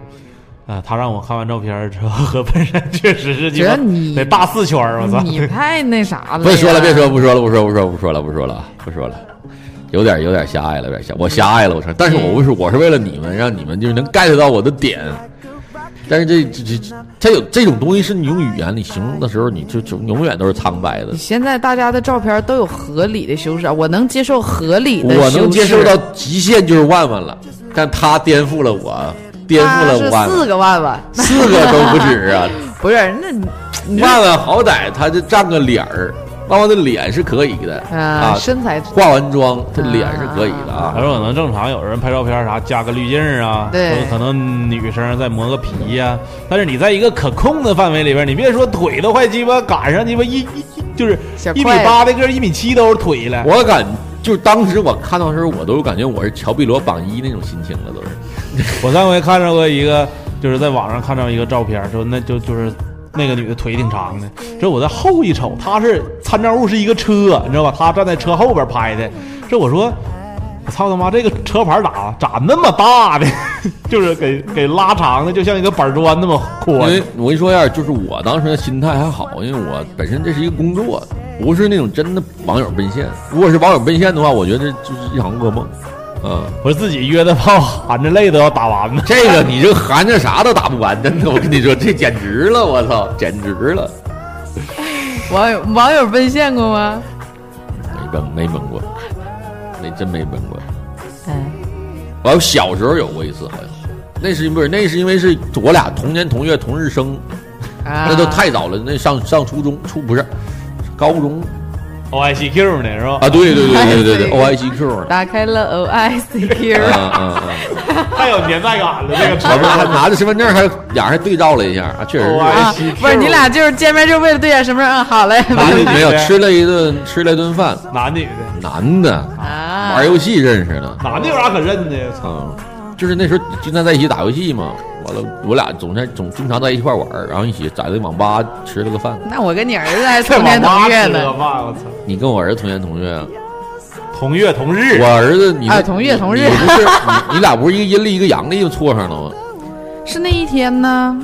啊，他让我看完照片儿之后，和本身确实是鸡
觉
巴
得你
得大四圈儿，我操！
哎你太那啥 了呀。
不说了，别说，不说了，不说，不说，不说了，不说了，不说了，有点有点狭隘了，有点狭，我狭隘了，我承认。但是我不是，我是为了你们，让你们就是能 get 到我的点。但是这这这，它有这种东西是你用语言你形容的时候，你就就永远都是苍白的
你。现在大家的照片都有合理的修饰，我能接受合理的修饰。
我能接受到极限就是万万了，但他颠覆了我，颠覆了
他
万
是四
万，
个万万，
四个都不止 啊！
不是那你你
万万好歹他就占个脸儿，万万的脸是可以的
啊
啊，
身材
化完妆他脸是可以的啊
他。说可能正常有人拍照片儿啥加个滤镜儿啊，
对
或者可能女生再磨个皮呀、但是你在一个可控的范围里边儿，你别说腿都快鸡巴赶上鸡巴一一一就是
小
一米
筷子
八的个儿，一米七都是腿了。
我感就是当时我看到的时候，我都感觉我是乔碧罗榜一那种心情了，都是。
我上回看着过一个，就是在网上看到一个照片儿，说那就就是那个女的腿挺长的。这我在后一瞅，她是参照物是一个车，你知道吧？她站在车后边拍的。这我说，我操他妈，这个车牌咋咋那么大的？ 就是给给拉长的，就像一个板砖那么
因
宽。
为我跟你说一下，就是我当时的心态还好，因为我本身这是一个工作，不是那种真的网友奔现。如果是网友奔现的话，我觉得就是一场噩梦。嗯，
我自己约的炮，含着泪都要打完呢。
这个你这含着啥都打不完，真的，我跟你说，这简直了，我操，简直了，
网友网友奔现过吗？
没崩没崩过，没真没崩过。
嗯，
完，我小时候有过一次，好像那是因为那是因为是我俩同年同月同日生，
啊
那都太早了，那上上初中初不是高中
O I C Q 呢是吧？
啊？对对对对对 对
对
，O I C Q 啊呢？
打开了 O I C
嗯
Q，
嗯嗯，
太有年代感了，这个车
我们还拿着身份证还俩人还对照了一下啊，确实是。
O I C Q。
不是你俩就是见面就为了对眼什么 证？嗯，好嘞。
男的女的
没有吃了一顿吃了一顿饭，
男女的，
男的
啊，
玩游戏认识的，
男的有啥可认的？操！
嗯，就是那时候经常在一起打游戏嘛，完了我俩总在总经常在一块玩儿，然后一起在那网吧吃了个饭。
那我跟你儿子还
在
同
网
年
吧
同
吃
月
个
呢，
饭，我操！
你跟我儿子同年同月啊？
同月同日，
我儿子你
啊同月同日
你不是你你俩不是一个阴历一个阳历就错上了吗？
是那一天呢？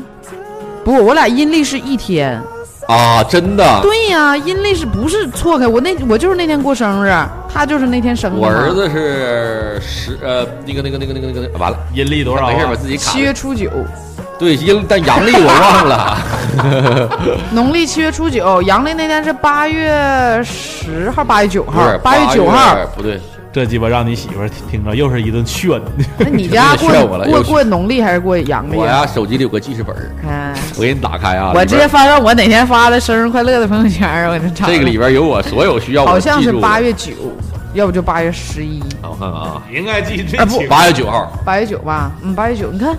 不，我俩阴历是一天。
啊，真的，
对呀、阴历是不是错开？我那我就是那天过生日，他就是那天生日嘛。
我儿子是十呃那个那个那个那个那个完了，
阴历多少啊？
没事把自己卡
七
了。
月初九，
对阴但阳历我忘 了，
农历七月初九，阳历那天是八月十号、八月九
不
号
是、
八
月
九号。
不对，
这鸡巴让你媳妇儿听着又是一顿炫。
那你 家过
劝我了
过
又是
过农历还是过阳历
我
啊？
呀手机里有个记事本儿，
哎，
我给你打开啊，
我
里
直
边
接翻翻我哪天发的生日快乐的朋友圈儿，我就查了
这个里边有我所有需要我
好像
记
是
住的
八，月九，要不就八月十一，
啊我看看啊，
你应该记这
啊不
八月九号，
八月九吧，嗯，八月九，你看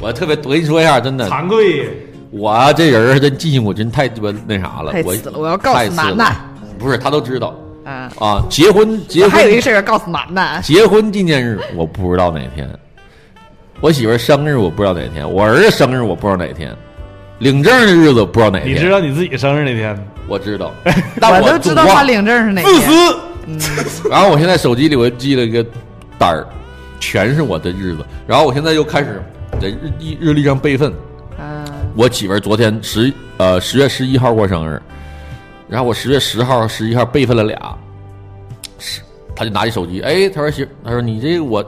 我特别我跟你说一下，真的，
惭愧，
我啊这人儿真记性我真太鸡巴那啥了，
太
我
次了我要告诉
太次
楠
了
楠，
不是他都知道
啊，
啊，结婚结
我
婚
还有一个事儿要告诉楠 楠，
结婚纪念日我不知道哪天，我媳妇儿生日我不知道哪天，我儿子生日我不知道哪天，领证的日子不知道哪天。
你知？道你自己生日那天？
我知 道，但
我都知道
总
他
忘。
领证是哪
自
天。
私，
然后我现在手机里我又记了一个单儿，全是我的日子。然后我现在又开始在日历日历上备份。
嗯，
我媳妇儿昨天十呃十月十一号过生日，然后我十月十号、十一号备份了俩，是她就拿起手机，哎，她说媳，她说你这个我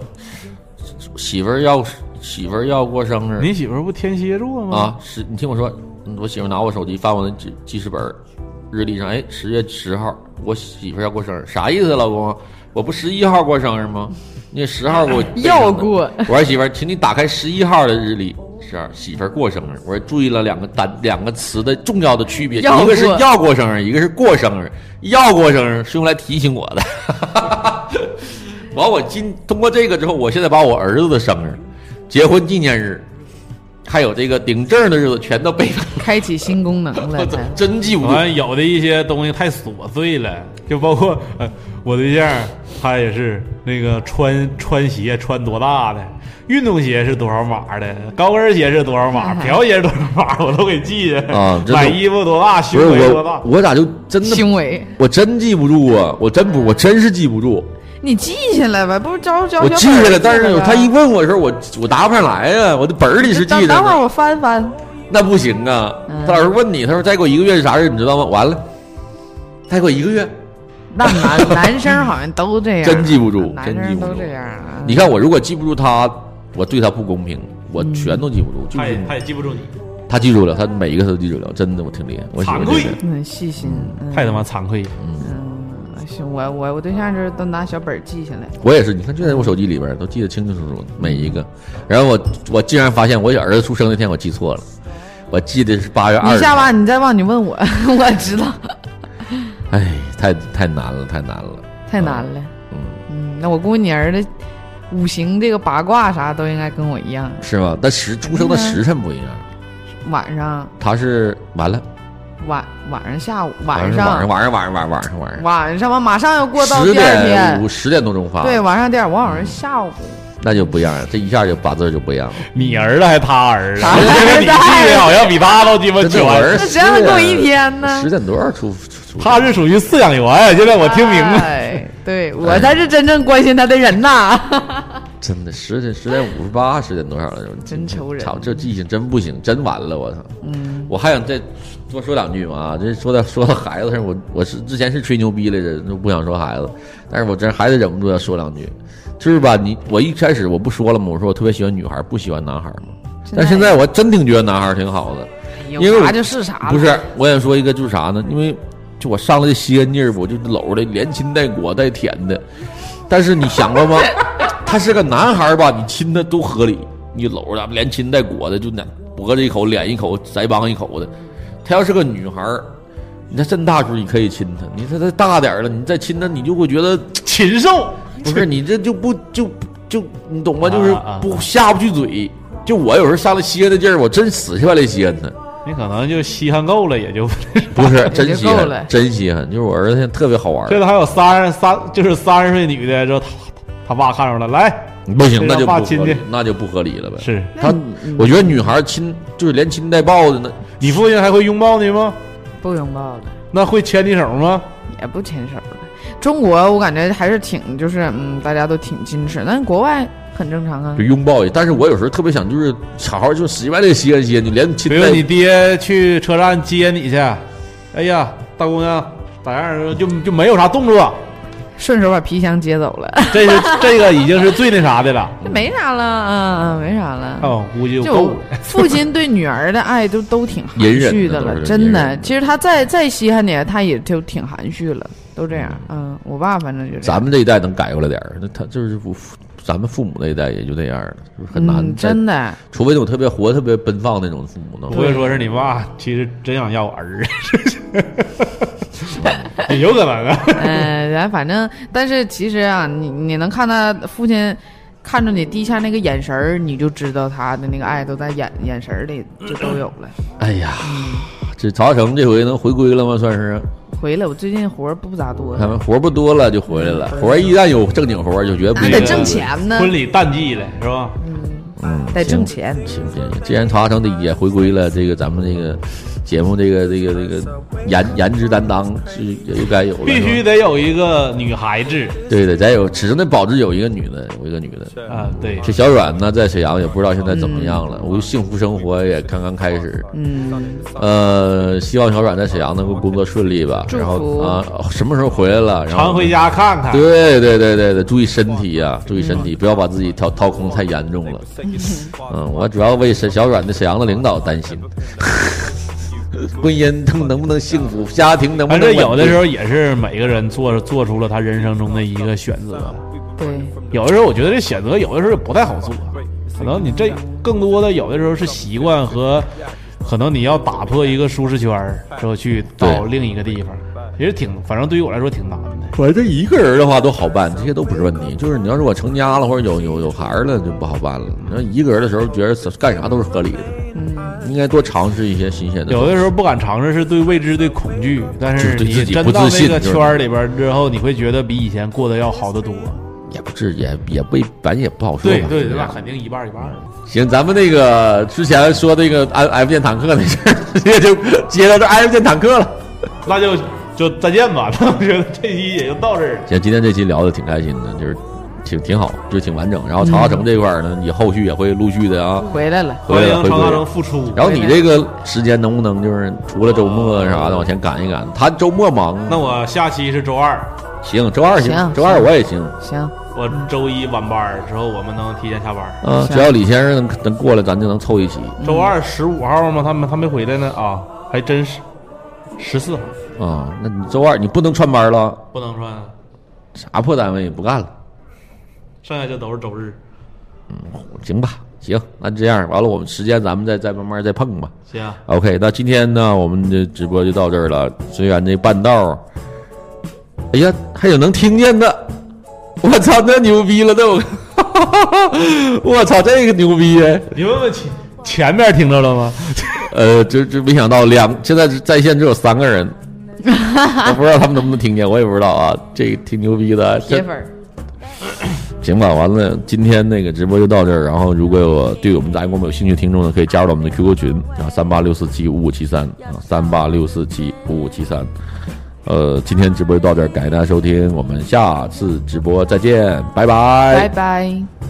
媳妇儿要媳妇儿要过生日
你媳妇儿不天蝎座吗？
啊，是你听我说，嗯我媳妇儿拿我手机翻我的记记事本儿日历上，哎，十月十号我媳妇儿要过生日，啥意思，啊老公？我不十一号过生日吗？你十号给我备份
要
了
过
我说媳妇儿，请你打开十一号的日历。是啊，媳妇儿过生日，我说注意了两个单两个词的重要的区别，
要
一个是
过
要过生日，一个是过生日。要过生日是用来提醒我的。 完，我今通过这个之后，我现在把我儿子的生日、结婚纪念日，还有这个领证的日子全都背上了，
开启新功能了
我，操
还
真记不住。
完、有的一些东西太琐碎了，就包括、呃、我对象，他也是那个穿穿鞋穿多大的，运动鞋是多少码的，高跟鞋是多少码，瓢鞋是多少码，我都给记下。
啊真的
买衣服多大，
不
胸
是
围多大
我，，我咋就真的
胸围
我真记不住啊？我真不，我真是记不住。
你记下来呗，啊不是啊招招
我记下来，但是
有
他一问我的时候，我我答不上来呀，我的本儿里是记
等
着
等会儿
的，
我翻翻，
那不行啊。他老师问你，他说再过一个月是啥日，你知道吗？完了，再过一个月，
那男 男生好像都这样，
真记不住
男
真记
生
不
都
住
这样啊。
你看我如果记不住他，我对他不公平，我全都记不住，就
他
是
也他也记不住你，
他记住了，他每一个他都记住了，真的我挺厉害，我喜欢
惭
这
愧
个。
很细心，嗯
太他妈惭愧了。
嗯，行，我我我对象就是都拿小本儿记下来，
我也是，你看就在我手机里边儿都记得清清楚楚的每一个。然后我我竟然发现我小儿子出生那天我记错了，我记得是嗯八月二
你
十。
下吧，你再忘你问我， 我知道，
哎，太太难了，太难了。
太难了。
嗯，
嗯，那我估计你儿子五行这个八卦啥都应该跟我一样，
是吗？但时出生的
嗯
时辰不一样，
晚上
他是完了，
晚晚上下午
晚
晚
上晚上
上
晚上晚上晚上晚上晚上
晚上吧，马上要过到
十
第二
点五
天，
十点多钟发，
对，晚上第二，我好像是 下午。
那就不一样了，这一下就八字就不一样了。
你儿子还他儿啊子，
他儿子
这个你记得好像比他都鸡巴
真的
准。
我儿
那
子
谁让他跟我一天呢
十点多少出出？出
他是属于饲养员，现在我听明白。
哎， 对我才是真正关心他的人呐。
真的十点十点五十八，十点多少来着？
真愁人
操，这记性真不行，真完了，我操！嗯，我还想再多说两句嘛啊，这说到说到孩子上，我我是之前是吹牛逼来着，就不想说孩子，但是我真还是忍不住要说两句，就是吧，你我一开始我不说了嘛，我说我特别喜欢女孩，不喜欢男孩嘛，但现在我真挺觉得男孩挺好的，
有
因为我
啥就是啥了，
不是，我想说一个就是啥呢？因为就我上来这吸烟劲儿，我就搂着的连亲带裹带舔的。但是你想过吗？他是个男孩儿吧，你亲他都合理，你搂着他连亲带裹的，就那脖子一口，脸一口，腮帮一口的。他要是个女孩儿，你他真大时候你可以亲他，你他他大点儿了，你再亲他，你就会觉得
禽兽，
不是你这就不就就你懂吗？就是
啊啊
不下不去嘴。就我有时候上来吸烟的劲儿，我真死气白赖吸烟他。
你可能就稀罕够了，也就。
不是 啊真
就
稀
够
罕
了，
真稀罕。就是我儿子现在特别好玩儿，
这次还有三十三，就是三十岁女的，之后他他爸看着了，来，
不行，那就不
爸
合
亲
理
戚，
那就不合理了呗。
是
他，
嗯
我觉得女孩亲就是连亲带抱的呢，
你父亲还会拥抱你吗？
不拥抱了，
那会牵你手吗？
也不牵手了。中国我感觉还是挺就是嗯，大家都挺矜持，但是国外很正常啊
就。拥抱一。但是我有时候特别想就是好好就使劲把这吸吸，你连亲
比如
带
你爹去车站接你去，哎呀，大姑娘咋样？就就没有啥动作，
顺手把皮箱接走了，
嗯
这是这个已经是最那啥的了。
没啥了，嗯，嗯没啥了。
哦，估计够
就
了。
父亲对女儿的爱都都挺含蓄的
隐忍的都
了，
是
真
隐
的。
忍
其实他再再稀罕你，他也就挺含蓄了，都这样。嗯，我爸反正就这
咱
样。
们这一代能改过来点儿，那他就是我父咱们父母那一代也就那样了，就是很难
嗯，
再。
真的，
除非那种特别活、特别奔放那种父母呢
不。会说是你爸其实真想要我儿子，也 有可能啊。
嗯，然后反正，但是其实啊，你你能看他父亲看着你低下那个眼神儿，你就知道他的那个爱都在眼眼神儿里就都有了。
哎呀，这曹城这回能回归了吗？算是。
回来，我最近活儿不咋多，
他们活儿不多了就回来了，活儿一旦有正经活儿就绝不
嗯
那
那
一
个
得
样
挣钱呢，
婚礼淡季了是吧？
嗯，
得
行
挣钱。
行行，行既然曹成的也回归了，这个咱们这个节目这个这个这个颜颜值担当是又该有了，
必须
是吧
得有一个女孩子
对的，咱有始终得保持有一个女的，有一个女的。
啊，对，
这小阮呢，在沈阳也不知道现在怎么样
嗯
了，我幸福生活也刚刚开始。
嗯，
呃，希望小阮在沈阳能够工作顺利吧。
祝福
然后啊，什么时候回来了？然后
常回家嗯看看。
对对对对对，注意身体呀、注意身体，不要把自己掏掏空太严重了。嗯，我主要为沈小阮的沈阳的领导担心， 婚姻能能不能幸福，家庭能不
反
能
正
稳定
有的时候也是每个人做做出了他人生中的一个选择。
对，
有的时候我觉得这选择有的时候也不太好做，可能你这更多的有的时候是习惯和，可能你要打破一个舒适圈儿之后去到
对
另一个地方，其实挺，反正对于我来说挺难的。
反正一个人的话都好办，这些都不是问题。就是你要是我成家了或者有有有孩儿了就不好办了。你要一个人的时候，觉得干啥都是合理的，应该多尝试一些新鲜的。
有的时候不敢尝试是对未知的恐惧，但是
就是对
你
自己
真
不
到
自信
那个
就是
圈儿里边儿之后，你会觉得比以前过得要好得多。
也不至也也不咱也不好说
对
吧。
对
这
对吧
样？
肯定一半儿一半儿。
行，咱们那个啊之前 说那个 F F 键坦克那事儿，直接就接到这 F 键坦克了。
那就就再见吧。我觉得这期也就到这儿了。
行，今天这期聊的挺开心的，就是挺挺好，就是挺完整。然后长沙城这块儿呢，也后续也会陆续的啊
回来了，
回
嗯欢
来
迎
回
长沙城
归。
复出。
然后你这个时间能不能就是除了周末啥的往前赶一赶？他周末忙，
那我下期是周二，
行，周二行，
行
周二我也行
行，
我周一晚班儿之后，我们能提前下班儿。
啊，只要李先生能能过来，咱就能凑一起
周二十五号吗？他们他没回来呢啊，还真是十四号
啊。那你周二你不能串班了，
不能穿，
啥破单位也不干了，
剩下就都是周日。
行吧？行，那这样完了，我们时间咱们再再慢慢再碰吧。
行啊，
OK，那今天呢，我们的直播就到这儿了。虽然这半道儿，哎呀，还有能听见的，我操，那牛逼了都！ 我操，这个牛逼！
你问问前前面听着了吗？
呃，就就没想到两，现在在线只有三个人， 我不知道他们能不能听见，我也不知道啊。这挺牛逼的，啊这
铁粉儿。
行吧，完了，今天那个直播就到这儿。然后，如果有对我们杂音广播有兴趣的听众呢，可以加入到我们的 QQ 群啊，三八六四七五五七三啊，三八六四七五五七三。呃，今天直播就到这儿，感谢大家收听，我们下次直播再见，拜拜
拜拜